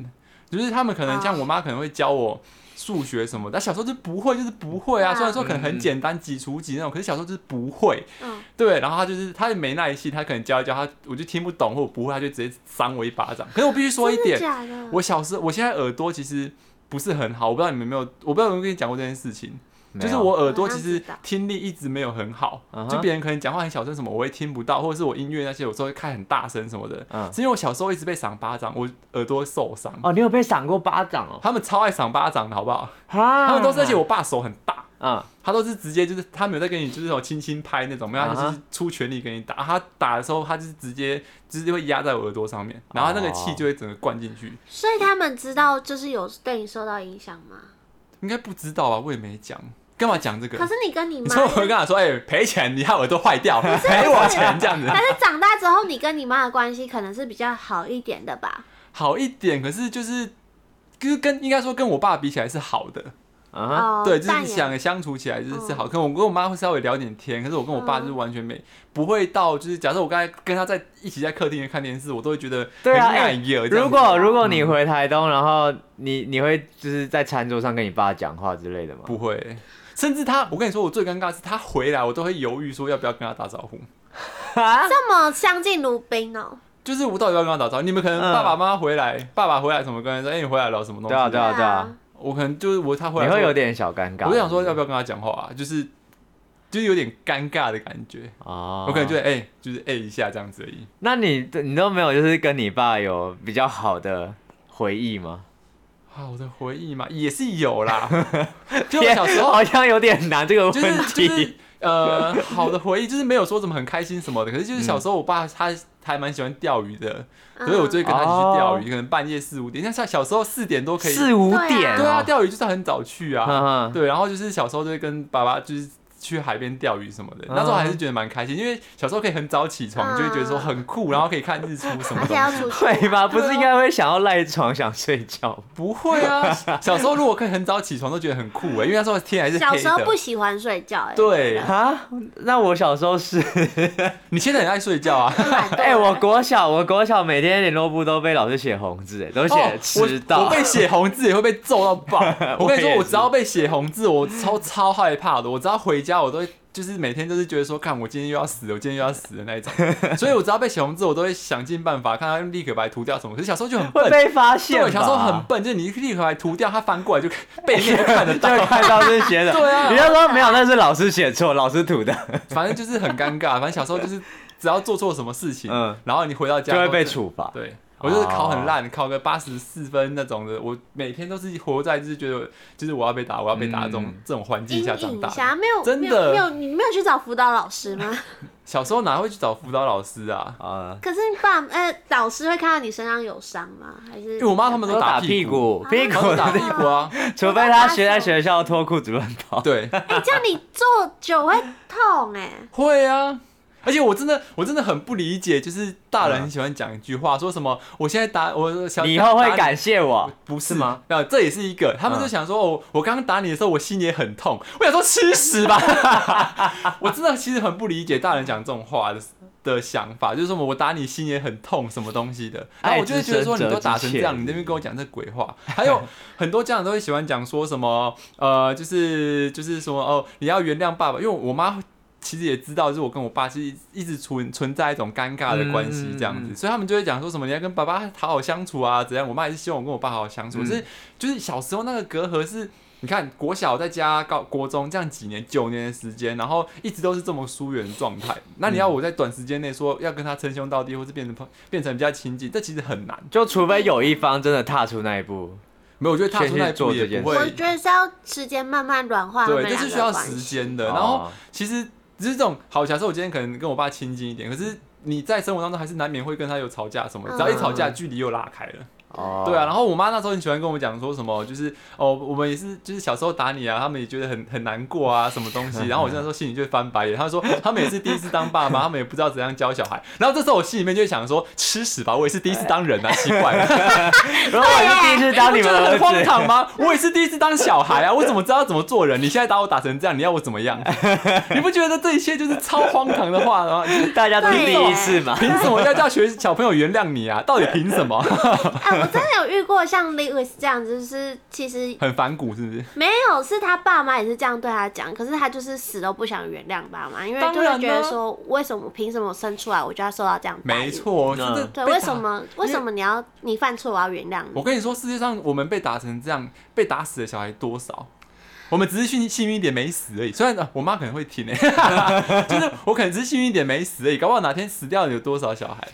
[SPEAKER 1] 就是他们可能
[SPEAKER 3] 哦
[SPEAKER 1] 像我妈可能会教我。数学什么的，但小时候就不会，就是不会啊。
[SPEAKER 3] 嗯
[SPEAKER 1] 虽然说可能很简单，几除几那种，可是小时候就是不会。
[SPEAKER 3] 嗯，
[SPEAKER 1] 对，然后他就是他也没耐心，他可能教一教他，我就听不懂或我不会，他就直接扇我一巴掌。可是我必须说一
[SPEAKER 3] 真的
[SPEAKER 1] 点，
[SPEAKER 3] 假的？
[SPEAKER 1] 我小时候，我现在耳朵其实不是很好，我不知道你们有没有，我不知道有没有跟你讲过这件事情，
[SPEAKER 2] 没
[SPEAKER 1] 就
[SPEAKER 2] 有
[SPEAKER 1] 是我耳朵
[SPEAKER 3] 好像
[SPEAKER 1] 其实
[SPEAKER 3] 知道
[SPEAKER 1] 听力一直没有很好
[SPEAKER 2] 嗯哼
[SPEAKER 1] 就别人可能讲话很小声什么，我会听不到，或者是我音乐那些有时候会开很大声什么的，
[SPEAKER 2] 嗯
[SPEAKER 1] 是因为我小时候一直被赏巴掌，我耳朵受伤。
[SPEAKER 2] 哦，你有被赏过巴掌哦，
[SPEAKER 1] 他们超爱赏巴掌的好不好？
[SPEAKER 2] 啊
[SPEAKER 1] 他们都是，而且我爸手很大，
[SPEAKER 2] 嗯，
[SPEAKER 1] 他都是直接就是他没有在跟你就是那种轻轻拍那种，没有，他
[SPEAKER 2] 啊
[SPEAKER 1] 就
[SPEAKER 2] 哈
[SPEAKER 1] 是出全力给你打。他打的时候，他就是直接直接会压在我耳朵上面，然后那个
[SPEAKER 2] 哦
[SPEAKER 1] 气就会整个灌进去。
[SPEAKER 3] 所以他们知道就是有对你受到影响吗？
[SPEAKER 1] 应该不知道吧？我也没讲，干嘛讲这个
[SPEAKER 3] 可？是你跟你
[SPEAKER 1] [laughs] 你
[SPEAKER 3] 妈
[SPEAKER 1] 说，我会跟他说，哎、赔钱，你害我都坏掉， [laughs] 赔我钱这样子，
[SPEAKER 3] 但是长大之后你跟你妈的关系可能是比较好一点的吧？
[SPEAKER 1] 好一点。可是就是，就是跟应该说跟我爸比起来是好的，
[SPEAKER 2] 嗯哼，
[SPEAKER 3] 哦，
[SPEAKER 1] 啊对，就
[SPEAKER 3] 但
[SPEAKER 1] 是
[SPEAKER 3] 也
[SPEAKER 1] 想相处起来就是
[SPEAKER 3] 嗯
[SPEAKER 1] 是好。可能我跟我妈会稍微聊点天，可是我跟我爸就是完全没、不会到，就是假设我刚才跟他在一起在客厅里看电视，我都会觉得
[SPEAKER 2] 对啊
[SPEAKER 1] 很
[SPEAKER 2] 哎
[SPEAKER 1] 碍眼这样子哦嗯
[SPEAKER 2] 如果如果你回台东，然后你你会就是在餐桌上跟你爸讲话之类的吗？
[SPEAKER 1] 不会。甚至他，我跟你说，我最尴尬的是他回来，我都会犹豫说要不要跟他打招呼。
[SPEAKER 2] 啊，
[SPEAKER 3] 这么相敬如宾哦。
[SPEAKER 1] 就是我到底要不要跟他打招呼？你们可能
[SPEAKER 2] 嗯
[SPEAKER 1] 爸爸妈妈回来，爸爸回来什么跟人说，哎、你回来了什么东西？
[SPEAKER 2] 对啊对啊对啊
[SPEAKER 3] 啊，
[SPEAKER 1] 我可能就是我他回来
[SPEAKER 2] [laughs] 你
[SPEAKER 1] 的时候
[SPEAKER 2] 会有点小尴尬。
[SPEAKER 1] 我就想说要不要跟他讲话啊，就是就是有点尴尬的感觉，
[SPEAKER 2] 哦，
[SPEAKER 1] 我可能就会哎、就是哎、一下这样子而已。
[SPEAKER 2] 那你你都没有就是跟你爸有比较好的回忆吗？
[SPEAKER 1] 啊，我的回忆嘛也是有
[SPEAKER 2] [laughs]
[SPEAKER 1] 啦，就我小时候
[SPEAKER 2] 啊好像有点难这个问
[SPEAKER 1] 就是
[SPEAKER 2] 题。
[SPEAKER 1] 就是呃好的回忆，就是没有说什么很开心什么的，可是就是小时候我爸他。还蛮喜欢钓鱼的，
[SPEAKER 3] 啊嗯
[SPEAKER 1] 所以我就会跟他一起去钓鱼，可能半夜四五点。像小时候四点多可以，
[SPEAKER 2] 哦四五点、哦，
[SPEAKER 1] 对啊，钓鱼就是很早去啊。
[SPEAKER 2] 嗯 [laughs] 哼
[SPEAKER 1] 对，然后就是小时候就会跟爸爸就是去海边钓鱼什么的，那时候还是觉得蛮开心，因为小时候可以很早起床，
[SPEAKER 3] 嗯
[SPEAKER 1] 就会觉得说很酷，然后可以看日出什么
[SPEAKER 3] 而且
[SPEAKER 1] 的。[laughs]
[SPEAKER 3] 要出去
[SPEAKER 2] 会
[SPEAKER 1] 啊
[SPEAKER 2] 吗？不是应该会想要赖床想睡觉
[SPEAKER 1] [laughs]
[SPEAKER 2] 吗？
[SPEAKER 1] 不会啊，小时候如果可以很早起床，都觉得很酷哎、因为那时候天还是
[SPEAKER 3] 小
[SPEAKER 1] 黑
[SPEAKER 3] 时候不
[SPEAKER 1] 的。
[SPEAKER 3] 喜欢睡觉，哎，
[SPEAKER 1] 对
[SPEAKER 2] 啊，那我小时候是，
[SPEAKER 1] [laughs] 你现在很爱睡觉
[SPEAKER 3] [laughs]
[SPEAKER 1] 啊。
[SPEAKER 3] 很
[SPEAKER 1] [laughs]
[SPEAKER 3] 懒惰
[SPEAKER 2] 哎、我国小我国小每天联络簿都被老师写红字，哎，都写迟
[SPEAKER 1] 哦我
[SPEAKER 2] 到。
[SPEAKER 1] 我被写红字也会被揍到
[SPEAKER 3] [laughs]
[SPEAKER 1] 爆。我跟你
[SPEAKER 2] 我
[SPEAKER 1] 说，
[SPEAKER 2] 也是
[SPEAKER 1] 我只要被写红字，我超超害怕的。我只要回家，我都会就是每天都是觉得说，看我今天又要死了，我今天又要死的那一种。所以我只要被写红字，我都会想尽办法看他用立可白涂掉什么。可是小时候就很
[SPEAKER 2] [laughs] 会
[SPEAKER 1] 笨。
[SPEAKER 2] 被发现吧？
[SPEAKER 1] 对，小时候很笨，就是你立可白涂掉，他翻过来就背面就看得
[SPEAKER 2] 就 [laughs]
[SPEAKER 1] 到，
[SPEAKER 2] 会看到这些的。
[SPEAKER 1] [laughs] 对啊
[SPEAKER 2] 你要说没有，那是老师写错，老
[SPEAKER 1] [laughs]
[SPEAKER 2] 师涂的，
[SPEAKER 1] 反正就是很尴尬。反正小时候就是只要做错什么事情，
[SPEAKER 2] 嗯
[SPEAKER 1] 然后你回到家
[SPEAKER 2] 就会被
[SPEAKER 1] 都是
[SPEAKER 2] 处罚。哦
[SPEAKER 1] 对我就是考很烂，考个八十四分那种的，我每天都是活在就是觉得就是我要被打，我要被打这种、
[SPEAKER 2] 嗯
[SPEAKER 1] 这种环境
[SPEAKER 3] 阴
[SPEAKER 1] 下长
[SPEAKER 3] 影
[SPEAKER 1] 大
[SPEAKER 3] 一
[SPEAKER 1] 的。
[SPEAKER 3] 下，没有
[SPEAKER 1] 真
[SPEAKER 3] 没有
[SPEAKER 1] 的
[SPEAKER 3] 没有，你没有去找辅导老师吗？ [laughs]
[SPEAKER 1] 小时候哪会去找辅导老师啊？
[SPEAKER 2] 啊，
[SPEAKER 3] 可是你爸呃，老师会看到你身上有伤吗？还是
[SPEAKER 1] 因为我妈他们
[SPEAKER 2] 都
[SPEAKER 1] 打
[SPEAKER 2] 打屁
[SPEAKER 1] 股，
[SPEAKER 2] 股，屁
[SPEAKER 1] 他
[SPEAKER 2] 股
[SPEAKER 1] 们都打屁股
[SPEAKER 3] [laughs]
[SPEAKER 1] 啊。
[SPEAKER 2] [laughs] 除非他学在学校脱裤子乱跑。
[SPEAKER 1] 对，
[SPEAKER 3] 哎、这样你坐久会痛哎、
[SPEAKER 1] 会啊。而且我真的我真的很不理解，就是大人很喜欢讲一句话，说什么我现在打我想
[SPEAKER 2] 嗯你以后会
[SPEAKER 1] 打
[SPEAKER 2] 感谢我。
[SPEAKER 1] 不是
[SPEAKER 2] 是吗？嗯
[SPEAKER 1] 那这也是一个，他们就想说，哦，我刚刚打你的时候，我心也很痛。我想说，吃屎吧！ [laughs] 我真的其实很不理解大人讲这种话的的想法，就是什么我打你心也很痛，什么东西的。然后我就会觉得说，
[SPEAKER 2] 爱之深
[SPEAKER 1] 你都打成这样，
[SPEAKER 2] 责之切
[SPEAKER 1] 你那边跟我讲这鬼话。还
[SPEAKER 2] [laughs]
[SPEAKER 1] 有很多家长都会喜欢讲说什么，呃，就是就是什么哦，你要原谅爸爸，因为我妈。其实也知道，就是我跟我爸其实一直存存在一种尴尬的关系这样子，
[SPEAKER 2] 嗯嗯
[SPEAKER 1] 所以他们就会讲说什么你要跟爸爸好好相处啊，怎样？我妈也是希望我跟我爸好好相处，
[SPEAKER 2] 嗯
[SPEAKER 1] 是就是小时候那个隔阂是，你看国小再加高国中这样几年九年的时间，然后一直都是这么疏远的状态。那你要我在短时间内说要跟他称兄道弟，或是变成朋变成比较亲近，这其实很难。
[SPEAKER 2] 就除非有一方真的踏出那一步，
[SPEAKER 1] 没有，我觉得踏出那一
[SPEAKER 2] 先去做
[SPEAKER 1] 步
[SPEAKER 2] 这
[SPEAKER 1] 也
[SPEAKER 2] 件
[SPEAKER 1] 不
[SPEAKER 2] 事
[SPEAKER 3] 我
[SPEAKER 1] 会，
[SPEAKER 3] 觉得是要时间慢慢软化他们
[SPEAKER 1] 对，这
[SPEAKER 3] 啊两
[SPEAKER 1] 是需
[SPEAKER 3] 个
[SPEAKER 1] 要
[SPEAKER 3] 关
[SPEAKER 1] 时
[SPEAKER 3] 系。
[SPEAKER 1] 间的。然后
[SPEAKER 2] 哦
[SPEAKER 1] 其实只是这种好，假设我今天可能跟我爸亲近一点，可是你在生活当中还是难免会跟他有吵架什
[SPEAKER 3] 嗯
[SPEAKER 1] 么的，只要一吵架，距离又拉开了。
[SPEAKER 2] 哦，
[SPEAKER 1] 对啊，然后我妈那时候很喜欢跟我讲说什么，就是哦，我们也是就是小时候打你啊，他们也觉得很很难过啊，什么东
[SPEAKER 2] [laughs]
[SPEAKER 1] 西。然后我那时候心里就翻白眼，她说他们也是第一次当爸妈，他们也不知道怎样教小孩。然后这时候我心里面就会想说，吃屎吧，我也是第一次当
[SPEAKER 3] [laughs]
[SPEAKER 1] 人啊，奇怪，
[SPEAKER 2] 如果我是第一
[SPEAKER 1] [laughs]
[SPEAKER 2] 次当你
[SPEAKER 1] 哎觉
[SPEAKER 2] 们
[SPEAKER 1] 得
[SPEAKER 2] 儿
[SPEAKER 1] 很荒
[SPEAKER 2] 子，
[SPEAKER 1] 唐吗？我也是第一次当小孩啊，我怎么知道怎么做人？你现在打我打成这样，你要我怎么 [laughs] 样？你不觉得这一切就是超荒唐的话吗？就是
[SPEAKER 2] [laughs] 大家都是第一次嘛。
[SPEAKER 1] 凭什么要叫学小朋友原谅你啊？到底凭什 [laughs] 么？
[SPEAKER 3] 哎、我真的有遇过像 Lewis 这样子，就是其
[SPEAKER 1] [laughs]
[SPEAKER 3] 实
[SPEAKER 1] 很反骨是不是？
[SPEAKER 3] 没有，是他爸妈也是这样对他讲，可是他就是死都不想原谅爸妈，因为
[SPEAKER 1] 当
[SPEAKER 3] 就
[SPEAKER 1] 然
[SPEAKER 3] 会觉得
[SPEAKER 1] 呢
[SPEAKER 3] 说，为什么凭什么我生出来我就要受到这样待遇
[SPEAKER 1] 没，错，
[SPEAKER 2] 嗯
[SPEAKER 1] 真的
[SPEAKER 3] 对，
[SPEAKER 1] 被
[SPEAKER 3] 为
[SPEAKER 1] 打
[SPEAKER 3] 什么为什么你要你犯错我要原谅
[SPEAKER 1] 我
[SPEAKER 3] 你？
[SPEAKER 1] 跟你说，世界上我们被打成这样，被打死的小孩多少？我们只是幸幸运一点没死而已。虽然、呃我妈可能会听、欸， [laughs] 就是我可能只是幸运一点没死而已，搞不好哪天死掉有多少小孩，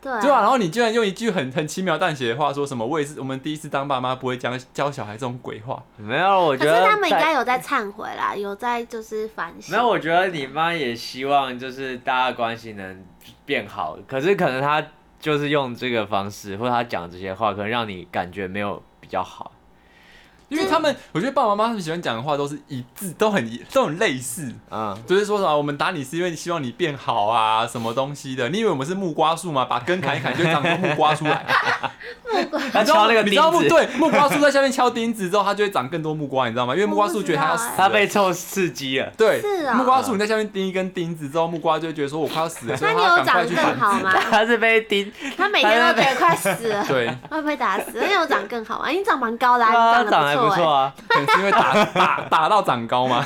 [SPEAKER 3] 对啊
[SPEAKER 1] 对吧、然后你居然用一句很很轻描淡写的话说什么“我也是我们第一次当爸妈不会教教小孩”这种鬼话，
[SPEAKER 2] 没有，我觉
[SPEAKER 3] 可是
[SPEAKER 2] 得
[SPEAKER 3] 他们应
[SPEAKER 2] 在
[SPEAKER 3] 该有在忏悔啦，有在就是反省。
[SPEAKER 2] 没有，我觉得你妈也希望就是大家关系能变好，可是可能她就是用这个方式，或者她讲这些话，可能让你感觉没有比较好。
[SPEAKER 1] 因为他们，我觉得爸爸妈妈他们喜欢讲的话都是一致，都很一都很类似。
[SPEAKER 2] 嗯，
[SPEAKER 1] 就是说什么，我们打你是因为希望你变好啊，什么东西的？你以为我们是木瓜树吗？把根砍一砍就长出木瓜出来？
[SPEAKER 2] 她
[SPEAKER 1] 你知道
[SPEAKER 2] 敲那个
[SPEAKER 1] 你
[SPEAKER 2] 钉
[SPEAKER 1] 知道木
[SPEAKER 2] 子，
[SPEAKER 1] 对木瓜树在下面敲钉子之后，它就会长更多木瓜，你知道吗？因为木瓜树觉得它要死了，
[SPEAKER 2] 她被臭刺激了。
[SPEAKER 1] 对
[SPEAKER 3] 是啊
[SPEAKER 1] 木瓜树你在下面钉一根钉子之后，木瓜就会觉得说我快要死了，所
[SPEAKER 3] 那
[SPEAKER 1] 以
[SPEAKER 3] 你
[SPEAKER 1] 它
[SPEAKER 3] 有
[SPEAKER 1] 赶快
[SPEAKER 3] 长
[SPEAKER 1] 去
[SPEAKER 3] 得
[SPEAKER 1] 繁
[SPEAKER 3] 更
[SPEAKER 1] 殖
[SPEAKER 3] 好吗？
[SPEAKER 2] [laughs] 她是被钉，
[SPEAKER 3] 他每天都觉得快死了，
[SPEAKER 1] 对，
[SPEAKER 3] 会被打死？那有长更好吗？你长蛮高的、啊，
[SPEAKER 2] 她
[SPEAKER 3] 你
[SPEAKER 2] 长得还
[SPEAKER 3] 不
[SPEAKER 2] 不
[SPEAKER 3] 错、
[SPEAKER 2] 错
[SPEAKER 3] 哎。
[SPEAKER 2] 啊。
[SPEAKER 1] [laughs] 可能是因为打打打到长高
[SPEAKER 2] [laughs]
[SPEAKER 1] 嘛。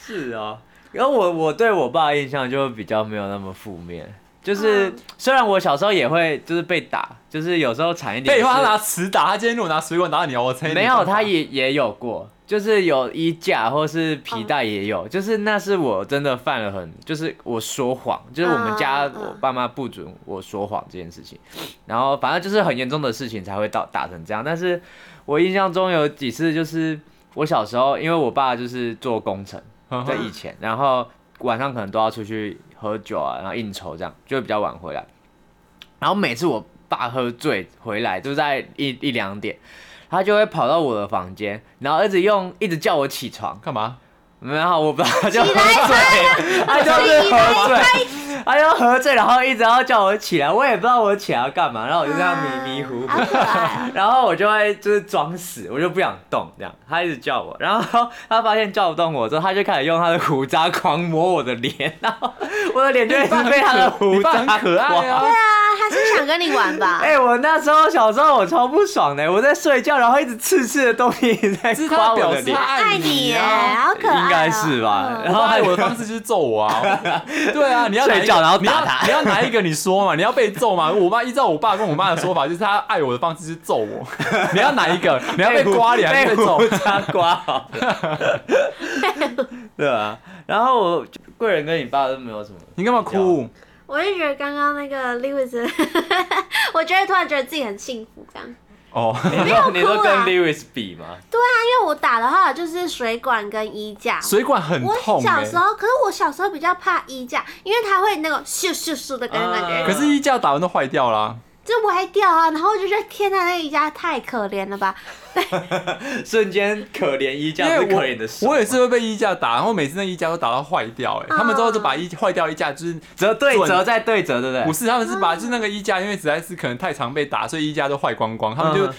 [SPEAKER 2] 是哦，然后我我对我爸的印象就比较没有那么负面，就是、
[SPEAKER 3] 嗯
[SPEAKER 2] 虽然我小时候也会就是被打，就是有时候惨一点
[SPEAKER 1] 废
[SPEAKER 2] 是。
[SPEAKER 1] 话，他拿尺打，他今天如果拿水管打你，我猜
[SPEAKER 2] 没有，他
[SPEAKER 1] 他
[SPEAKER 2] 也也有过，就是有衣架或是皮带也
[SPEAKER 1] 嗯
[SPEAKER 2] 有，就是那是我真的犯了很，就是我说谎，就是我们家
[SPEAKER 3] 嗯嗯嗯
[SPEAKER 2] 我爸妈不准我说谎这件事情，然后反正就是很严重的事情才会到打成这样。但是我印象中有几次就是我小时候，因为我爸就是做工程，在以前，然后晚上可能都要出去喝酒啊，然后应酬这样，就会比较晚回来。然后每次我爸喝醉回来，就在一一两点，他就会跑到我的房间，然后一直用一直叫我起床，
[SPEAKER 1] 干嘛？
[SPEAKER 2] 然后我爸就喝醉，他就是喝醉，他就喝醉，然后一直要叫我起来，我也不知道我起来要干嘛，然后我就这样迷迷糊糊
[SPEAKER 3] 啊，哎好可爱啊！
[SPEAKER 2] 然后我就会就是装死，我就不想动这样。他一直叫我，然后 [laughs] 他发现叫不动我之后，他就开始用他的胡渣狂抹我的脸，然后我的脸就一直被他的胡
[SPEAKER 1] 你爸
[SPEAKER 2] 渣
[SPEAKER 1] 很可爱
[SPEAKER 2] 刮。
[SPEAKER 1] 啊，
[SPEAKER 3] 啊，他是想跟你玩吧？
[SPEAKER 2] [laughs] 哎、我那时候小时候我超不爽的，我在睡觉，然后一直刺刺的东西在
[SPEAKER 1] 这是
[SPEAKER 2] 刮
[SPEAKER 1] 他
[SPEAKER 2] 我
[SPEAKER 1] 表
[SPEAKER 2] 的
[SPEAKER 1] 示
[SPEAKER 2] 脸
[SPEAKER 1] 他，
[SPEAKER 3] 爱你耶，好可爱、哦。
[SPEAKER 2] 应该是吧？然
[SPEAKER 3] 嗯
[SPEAKER 1] [laughs] 然后
[SPEAKER 2] 后
[SPEAKER 1] 爱
[SPEAKER 2] [laughs] 还
[SPEAKER 1] 我的方式就是揍我
[SPEAKER 2] [laughs]
[SPEAKER 1] 啊，对啊，你要哪一个
[SPEAKER 2] 睡觉然后
[SPEAKER 1] 你要
[SPEAKER 2] 打他
[SPEAKER 1] 你要哪一个你说嘛？你要被揍嘛？我妈依照我爸跟我妈的说法，就是他爱我的方式就是揍
[SPEAKER 2] [laughs]
[SPEAKER 1] 我。你要哪一个？你要被刮脸还是
[SPEAKER 2] 被
[SPEAKER 1] 被揍？
[SPEAKER 2] 胡渣刮好了，对啊。然后我贵人跟你爸都没有什么，
[SPEAKER 1] 你干嘛
[SPEAKER 2] [laughs]
[SPEAKER 1] 哭？
[SPEAKER 3] 我就觉得刚刚那个 Lewis，的 [laughs] 我觉得突然觉得自己很幸福这样。
[SPEAKER 1] 哦，
[SPEAKER 2] 你
[SPEAKER 3] 有哭啊
[SPEAKER 2] 都你都跟
[SPEAKER 3] 啦
[SPEAKER 2] Lewis 比吗？
[SPEAKER 3] 对啊，因为我打的话就是水管跟衣架。
[SPEAKER 1] 水管很
[SPEAKER 3] 我
[SPEAKER 1] 痛、
[SPEAKER 3] 小时
[SPEAKER 1] 欸。
[SPEAKER 3] 候，可是我小时候比较怕衣架，因为它会那个咻咻咻的感觉，
[SPEAKER 2] 啊
[SPEAKER 1] 嗯可是衣架打完都坏掉啦、
[SPEAKER 3] 就就歪掉啊，然后我就觉得天呐，那一家太可怜了吧，
[SPEAKER 2] 瞬间可怜衣
[SPEAKER 1] 因
[SPEAKER 2] 架
[SPEAKER 1] 为
[SPEAKER 2] 不是
[SPEAKER 1] 我
[SPEAKER 2] 可怜的手
[SPEAKER 1] 我也是会被衣架打，然后每次那衣架都打到坏掉、哎、
[SPEAKER 3] 啊
[SPEAKER 1] 他们之后就把衣坏掉衣架，就是
[SPEAKER 2] 折对
[SPEAKER 1] 准
[SPEAKER 2] 折再对折，对不对？
[SPEAKER 1] 不是他们是把就是那个衣架，因为实在是可能太常被打，所以衣架都坏光光，他们就
[SPEAKER 2] 嗯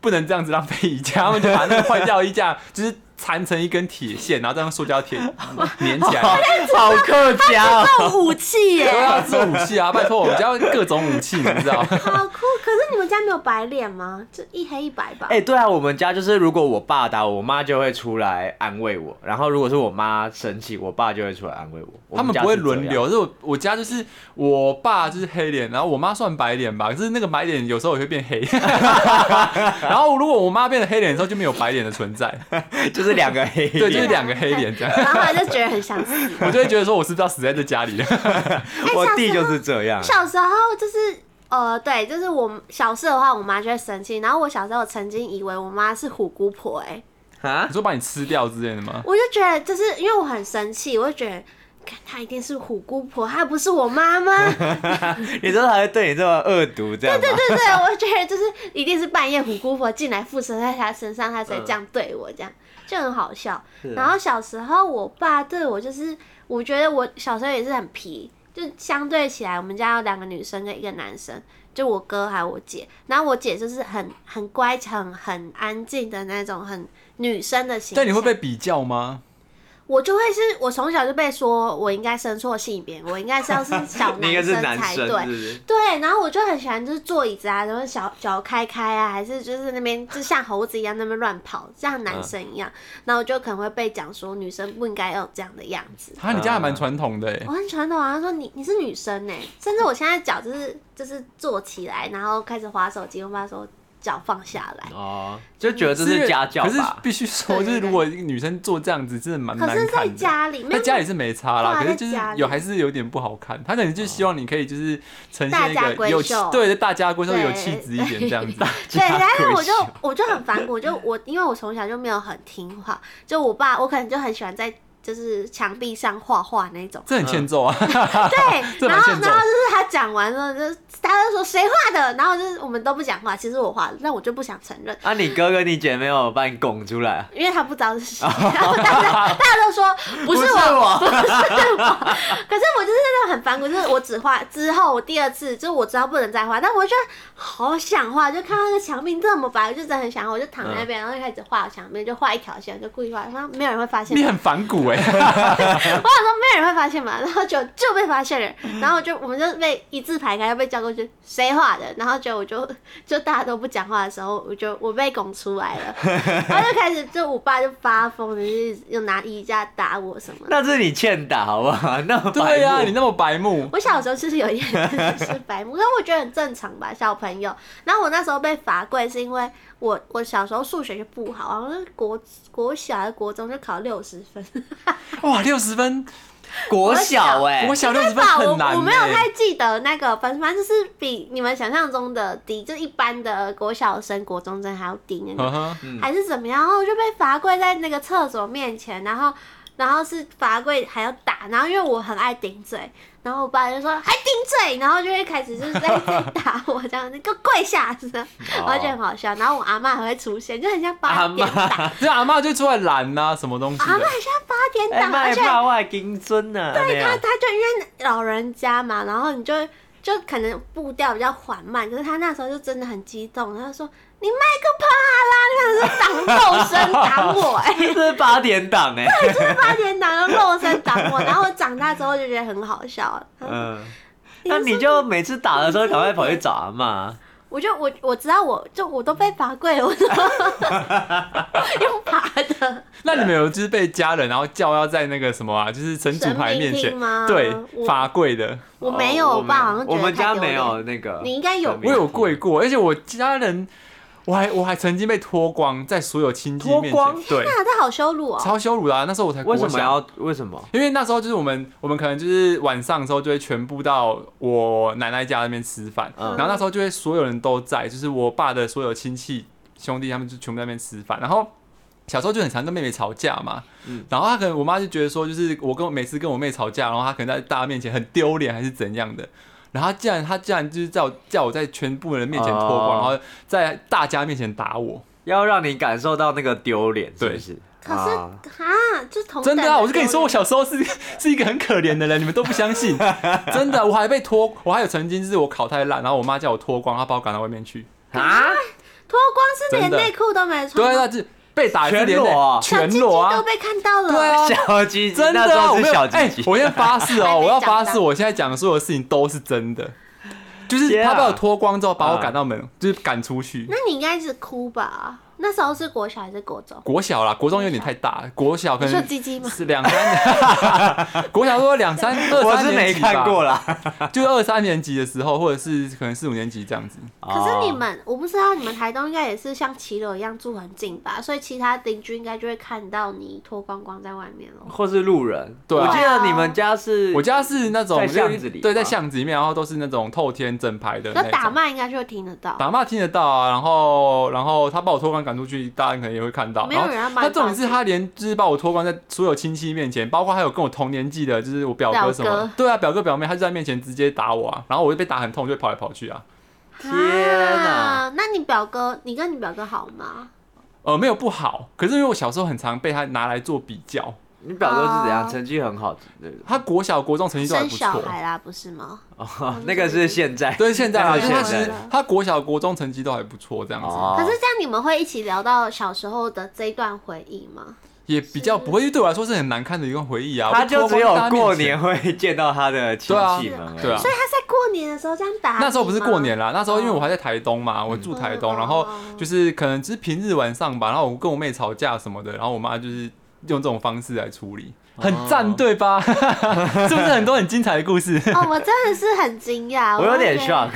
[SPEAKER 1] 不能这样子浪费衣架，他们就把那个坏掉的衣架就是缠成一根铁线，然后再用塑胶铁粘起来，
[SPEAKER 2] [laughs] 好客家哦， [laughs]
[SPEAKER 3] 这种武器耶、
[SPEAKER 1] 都 [laughs] 要做武器啊！拜托，我们家有各种武器，你知道吗？
[SPEAKER 3] 好酷！可是你们家没有白脸吗？就一黑一白吧。
[SPEAKER 2] 哎、对啊，我们家就是如果我爸打我，我妈就会出来安慰我；然后如果是我妈生气，我爸就会出来安慰我。我
[SPEAKER 1] 他们
[SPEAKER 2] 家
[SPEAKER 1] 不会
[SPEAKER 2] 是这样
[SPEAKER 1] 轮，流，就是我我家就是我爸就是黑脸，然后我妈算白脸吧，可是那个白脸有时候也会变黑， [laughs] 然后如果我妈变成黑脸的时候就没有白脸的存
[SPEAKER 2] [laughs]
[SPEAKER 1] 在，
[SPEAKER 2] [laughs] 就是两个黑
[SPEAKER 1] 对，就是
[SPEAKER 2] 脸
[SPEAKER 1] 两个黑脸这样，
[SPEAKER 2] [laughs]
[SPEAKER 3] 然后他就觉得很想死。
[SPEAKER 1] [laughs] 我就会觉得说我是不是要死在这家里了？ [laughs]
[SPEAKER 3] 哎
[SPEAKER 2] 我
[SPEAKER 3] 小
[SPEAKER 2] 弟
[SPEAKER 3] 时
[SPEAKER 2] 就
[SPEAKER 3] 候
[SPEAKER 2] 是这样。
[SPEAKER 3] 小时候就是呃，对，就是我小时候的话，我妈就会生气。然后我小时候曾经以为我妈是虎姑婆、哎，
[SPEAKER 2] 啊
[SPEAKER 1] 你，说把你吃掉之类的吗？
[SPEAKER 3] 我就觉得就是因为我很生气，我就觉得。看她一定是虎姑婆，她不是我妈妈。对
[SPEAKER 2] 你知道他会对你这么恶毒这样吗？
[SPEAKER 3] 对对，我觉得就是一定是半夜虎姑婆进来附身在她身上，她才这样对我，这样就很好笑。
[SPEAKER 2] 是 [laughs]
[SPEAKER 3] 然后小时候我爸对我就是，我觉得我小时候也是很皮，就相对起来，我们家有两个女生跟一个男生，就我哥还有我姐。然后我姐就是很 [laughs] 很乖、很很安静的那种，很女生的形象。
[SPEAKER 1] 但你会被比较吗？
[SPEAKER 3] 我就会是我从小就被说我应该生错性别，我应该是要是
[SPEAKER 2] [laughs]
[SPEAKER 3] 小
[SPEAKER 2] 你应该
[SPEAKER 3] 男
[SPEAKER 2] 是
[SPEAKER 3] 生
[SPEAKER 2] 男
[SPEAKER 3] 才
[SPEAKER 2] 生，
[SPEAKER 3] 对。
[SPEAKER 2] 是不是？
[SPEAKER 3] 对，然后我就很喜欢就是坐椅子啊，然后小脚开开啊，还是就是那边就像猴子一样那边乱跑，像
[SPEAKER 1] 嗯
[SPEAKER 3] 男生一样。然后我就可能会被讲说女生不应该有这样的样子。
[SPEAKER 1] 啊，你家还蛮传统的哎
[SPEAKER 3] 我，很传统啊，他说你你是女生呢、甚至我现在脚就是就是坐起来，然后开始划手机，我妈说脚放下来。
[SPEAKER 2] 哦，就觉得这是家教
[SPEAKER 1] 可是
[SPEAKER 2] 吧？
[SPEAKER 1] 必须说，
[SPEAKER 3] 对
[SPEAKER 1] 就
[SPEAKER 3] 对
[SPEAKER 1] 是
[SPEAKER 3] 对
[SPEAKER 1] 如果一个女生做这样子，真的蛮难
[SPEAKER 3] 可是，在
[SPEAKER 1] 看的。
[SPEAKER 3] 家里没
[SPEAKER 1] 在
[SPEAKER 3] 有
[SPEAKER 1] 家里是没差啦，
[SPEAKER 3] 对啊
[SPEAKER 1] 可是就是
[SPEAKER 3] 在家里
[SPEAKER 1] 有还是有点不好看。他可能就希望你可以就是呈现一
[SPEAKER 3] 大家
[SPEAKER 1] 个
[SPEAKER 3] 闺
[SPEAKER 1] 有
[SPEAKER 3] 秀
[SPEAKER 1] 对就大家闺秀
[SPEAKER 3] 对
[SPEAKER 1] 有气质一点这样子。
[SPEAKER 3] 对，然后我就
[SPEAKER 2] 家
[SPEAKER 3] 我就很反骨，就
[SPEAKER 1] 嗯
[SPEAKER 3] 我因为我从小就没有很听话，就我爸我可能就很喜欢在就是墙壁上画画那种。
[SPEAKER 1] [laughs] 这很欠揍
[SPEAKER 3] [laughs]
[SPEAKER 1] 啊！ [laughs] 这
[SPEAKER 3] 对，
[SPEAKER 1] 蛮
[SPEAKER 3] 然后
[SPEAKER 1] 欠揍
[SPEAKER 3] 然后就是他讲完了，就是他就说谁画的，然后就是我们都不讲话，其实我画的，但我就不想承认，
[SPEAKER 2] 啊，你哥跟你姐没有把你拱出来啊？
[SPEAKER 3] 因为他不知道是
[SPEAKER 1] [laughs]
[SPEAKER 3] 谁，然后大家大家都说不是我，
[SPEAKER 2] 我，
[SPEAKER 3] 可是我就是那种很反骨，就是我只画之后，我第二次就是我知道不能再画，但我就觉得好想画，就看到那个墙壁这么白，我就真的很想画，我就躺在那
[SPEAKER 1] 嗯
[SPEAKER 3] 边，然后就开始画墙壁，就画一条线，就故意画，然后没有人会发现
[SPEAKER 1] 你。 [laughs] 很反骨哎、
[SPEAKER 3] [laughs] 我想说没有人会发现嘛，然后就就被发现了，然后就我们就被一字排开，又被叫过去，谁画的？然后就我就 [laughs] 就大家都不讲话的时候，我就我被拱出来了，然后就开始就我爸就发疯，就是又拿衣架打我什么的。
[SPEAKER 2] 那是你欠打好不好？ [laughs] 那么白
[SPEAKER 1] 对呀、
[SPEAKER 2] 目
[SPEAKER 1] 你那么白目，
[SPEAKER 3] 我小时候就是有一点是白目，可是我觉得很正常吧，小朋友。然后我那时候被罚跪，是因为我我小时候数学就不好，好像是国国小还是国中就考六十分，
[SPEAKER 1] 哇，六十分，
[SPEAKER 2] 国小哎
[SPEAKER 1] 我，小六十分
[SPEAKER 3] 吧？我
[SPEAKER 1] 很难、欸
[SPEAKER 3] 我没有太记得那个分数，反正就是比你们想象中的低，就一般的国小生、国中生还要低那种。
[SPEAKER 1] 嗯哼
[SPEAKER 2] 嗯
[SPEAKER 3] 还是怎么样，然后我就被罚跪在那个厕所面前，然后然后是罚跪还要打，然后因为我很爱顶嘴，然后我爸就说还顶嘴，然后就会开始就是在在打我这样子，给我跪下是的，
[SPEAKER 2] 哦
[SPEAKER 3] 然后就很好笑，然后我阿妈还会出现，就很像八
[SPEAKER 2] 阿
[SPEAKER 3] 点档，
[SPEAKER 1] [laughs] 这阿妈就出来拦呐、什么东西
[SPEAKER 3] 阿妈
[SPEAKER 1] 的。
[SPEAKER 3] 很像八点
[SPEAKER 2] 哎，
[SPEAKER 3] 档，而
[SPEAKER 2] 卖
[SPEAKER 3] 且
[SPEAKER 2] 怕外金啊尊呐，对
[SPEAKER 1] 啊
[SPEAKER 3] 他他就因为老人家嘛，然后你就就可能步调比较缓慢，可是他那时候就真的很激动，他就说你啊麦克怕啦，那是挡肉身挡我哎、
[SPEAKER 1] [laughs]
[SPEAKER 2] 这是八点档哎，
[SPEAKER 3] 八点档的肉身挡我，然后我长大之后就觉得很好笑。
[SPEAKER 2] [laughs] 嗯，
[SPEAKER 3] 你
[SPEAKER 2] 那
[SPEAKER 3] 是
[SPEAKER 2] 你就每次打的时候赶快跑去找阿妈，
[SPEAKER 3] 我就我我知道我就我都被罚跪了，我怎么 [laughs] 用爬的？
[SPEAKER 1] 那你们有就是被家人然后叫要在那个什么啊，就是神主牌面
[SPEAKER 3] 神明
[SPEAKER 1] 前
[SPEAKER 3] 厅吗
[SPEAKER 1] 对
[SPEAKER 3] 我
[SPEAKER 1] 罚跪的？
[SPEAKER 3] 我没有，
[SPEAKER 2] 哦
[SPEAKER 3] 我爸好像觉
[SPEAKER 2] 我
[SPEAKER 3] 得
[SPEAKER 2] 们
[SPEAKER 3] 太
[SPEAKER 2] 家
[SPEAKER 3] 丢
[SPEAKER 2] 没
[SPEAKER 3] 脸
[SPEAKER 2] 有那个，
[SPEAKER 3] 你应该有吧
[SPEAKER 2] 没
[SPEAKER 1] 我有跪过，而且我家人，我还我还曾经被脱光在所有亲戚
[SPEAKER 2] 脱
[SPEAKER 1] 面
[SPEAKER 2] 光
[SPEAKER 1] 前，对，
[SPEAKER 3] 那这好羞辱哦！
[SPEAKER 1] 超羞辱的、啊。那时候我才
[SPEAKER 2] 为什
[SPEAKER 1] 国
[SPEAKER 2] 么
[SPEAKER 1] 小
[SPEAKER 2] 要为什么？
[SPEAKER 1] 因为那时候就是我们，我们可能就是晚上的时候就会全部到我奶奶家那边吃饭，
[SPEAKER 2] 嗯
[SPEAKER 1] 然后那时候就会所有人都在，就是我爸的所有亲戚兄弟他们就全部在那边吃饭，然后。小时候就很常跟妹妹吵架嘛，
[SPEAKER 2] 嗯
[SPEAKER 1] 然后她可能我妈就觉得说，就是我跟我每次跟我妹吵架，然后她可能在大家面前很丢脸还是怎样的，然后他竟然他竟然就是在我叫我在全部人面前脱光，然
[SPEAKER 2] 哦
[SPEAKER 1] 后在大家面前打我。
[SPEAKER 2] 要让你感受到那个丢脸，是不是？
[SPEAKER 3] 可是
[SPEAKER 2] 啊
[SPEAKER 3] 啊，就
[SPEAKER 1] [laughs]
[SPEAKER 3] 同
[SPEAKER 1] 真的
[SPEAKER 3] 等
[SPEAKER 2] 哦
[SPEAKER 1] 啊！我就跟你说，
[SPEAKER 3] 丢
[SPEAKER 1] 我
[SPEAKER 3] 脸
[SPEAKER 1] 小时候是 [laughs] 是一个很可怜的人，你们都不相
[SPEAKER 2] [laughs]
[SPEAKER 1] 信。真的，我还被脱，我还有曾经就是我考太烂，然后我妈叫我脱光，她把我赶到外面去。
[SPEAKER 2] 啊，
[SPEAKER 3] 脱光是连
[SPEAKER 1] 真的
[SPEAKER 3] 内裤都没穿
[SPEAKER 1] 对
[SPEAKER 3] 吗，
[SPEAKER 1] 啊，就是被打一次
[SPEAKER 2] 全
[SPEAKER 1] 连
[SPEAKER 2] 裸啊
[SPEAKER 1] 累
[SPEAKER 3] 小
[SPEAKER 1] 全
[SPEAKER 3] 鸡鸡
[SPEAKER 1] 裸
[SPEAKER 3] 都
[SPEAKER 1] 啊，
[SPEAKER 3] 被看到了，
[SPEAKER 1] 对啊
[SPEAKER 2] 小鸡鸡，
[SPEAKER 1] 真的
[SPEAKER 2] 那时
[SPEAKER 1] 啊！
[SPEAKER 2] 候
[SPEAKER 1] 我
[SPEAKER 2] 是
[SPEAKER 1] 没有
[SPEAKER 2] 小鸡
[SPEAKER 1] 哎
[SPEAKER 2] 鸡，
[SPEAKER 1] 我现在发誓
[SPEAKER 3] 还
[SPEAKER 1] 哦，
[SPEAKER 3] 没
[SPEAKER 1] 我要
[SPEAKER 3] 长大
[SPEAKER 1] 发誓，我现在讲的所有事情都是真的。就是
[SPEAKER 2] 天
[SPEAKER 1] 他
[SPEAKER 2] 啊
[SPEAKER 1] 把我脱光之后，把我
[SPEAKER 2] 啊
[SPEAKER 1] 赶到门，就是赶出去。
[SPEAKER 3] 那你应该一直哭吧？那时候是国小还是国中？
[SPEAKER 1] 国小啦，国中有点太大，国小可
[SPEAKER 3] 你说
[SPEAKER 1] 能
[SPEAKER 3] 鸡鸡吗？
[SPEAKER 1] 是两三年， [laughs] 国小说两三二
[SPEAKER 2] 我
[SPEAKER 1] 三
[SPEAKER 2] 是没
[SPEAKER 1] 年级吧
[SPEAKER 2] 看过啦。
[SPEAKER 1] 就二三年级的时候，或者是可能四五年级这样子。
[SPEAKER 3] 可是
[SPEAKER 2] 哦
[SPEAKER 3] 你们，我不知道你们台东应该也是像骑楼一样住很近吧，所以其他邻居应该就会看到你脱光光在外面
[SPEAKER 2] 哦
[SPEAKER 3] 咯。
[SPEAKER 2] 或是路人，
[SPEAKER 1] 对啊
[SPEAKER 2] 我记得你们家是，
[SPEAKER 1] 我家是那种
[SPEAKER 2] 在巷子里
[SPEAKER 1] 对，
[SPEAKER 2] 吗
[SPEAKER 1] 在巷子里面，然后都是那种透天整排的那
[SPEAKER 3] 那
[SPEAKER 1] 种。
[SPEAKER 3] 打骂应该就会听得到，
[SPEAKER 1] 打骂听得到啊，然后然后他把我脱光赶出去，大家可能也会看到。
[SPEAKER 3] 没
[SPEAKER 1] 然
[SPEAKER 3] 有
[SPEAKER 1] 后
[SPEAKER 3] 人要骂
[SPEAKER 1] 他
[SPEAKER 3] 你。
[SPEAKER 1] 重点是他连就是把我脱光在所有亲戚面前，包括还有跟我同年纪的，就是我表哥什
[SPEAKER 3] 表
[SPEAKER 1] 么
[SPEAKER 3] 哥，
[SPEAKER 1] 对啊，表哥表妹，他就在面前直接打我啊，然后我就被打很痛，就会跑来跑去啊。
[SPEAKER 2] 天哪
[SPEAKER 3] 啊！那你表哥，你跟你表哥好吗？
[SPEAKER 1] 呃，没有不好，可是因为我小时候很常被他拿来做比较，
[SPEAKER 2] 你表哥是怎样？
[SPEAKER 3] 哦
[SPEAKER 2] 成绩很好那种。
[SPEAKER 1] 他国小国中成绩都还
[SPEAKER 3] 生
[SPEAKER 1] 不
[SPEAKER 3] 小
[SPEAKER 1] 错，
[SPEAKER 3] 孩啦，不是吗？
[SPEAKER 2] [laughs]
[SPEAKER 3] 嗯
[SPEAKER 2] 哦，那个是现在，
[SPEAKER 1] 对，现在啊，
[SPEAKER 2] 那
[SPEAKER 1] 就是是他
[SPEAKER 2] 现
[SPEAKER 1] 其
[SPEAKER 2] 在
[SPEAKER 1] 实他国小国中成绩都还不错，这样子。
[SPEAKER 2] 哦
[SPEAKER 3] 可是这样你们会一起聊到小时候的这一段回忆吗？
[SPEAKER 1] 也比较不会，因为对我来说是很难看的一段回忆啊。
[SPEAKER 2] 他就只有
[SPEAKER 1] 我被脱光在大家面前
[SPEAKER 2] 过年，会见到他的亲戚们而已，
[SPEAKER 1] 对啊
[SPEAKER 3] 所以他在过年的时候这样打你吗
[SPEAKER 1] [laughs] 那时候不是过年啦，那时候因为我还在台东嘛，我住台东，
[SPEAKER 3] 嗯
[SPEAKER 1] 然后就是可能只是平日晚上吧，然后我跟我妹吵架什么的，然后我妈就是用这种方式来处理，
[SPEAKER 2] 哦
[SPEAKER 1] 很赞，对吧？ [laughs] 是不是很多很精彩的故
[SPEAKER 3] [laughs]
[SPEAKER 1] 事？
[SPEAKER 3] 哦，我真的是很
[SPEAKER 1] [laughs]
[SPEAKER 3] 惊讶，
[SPEAKER 2] 我有点
[SPEAKER 3] 会
[SPEAKER 2] shock，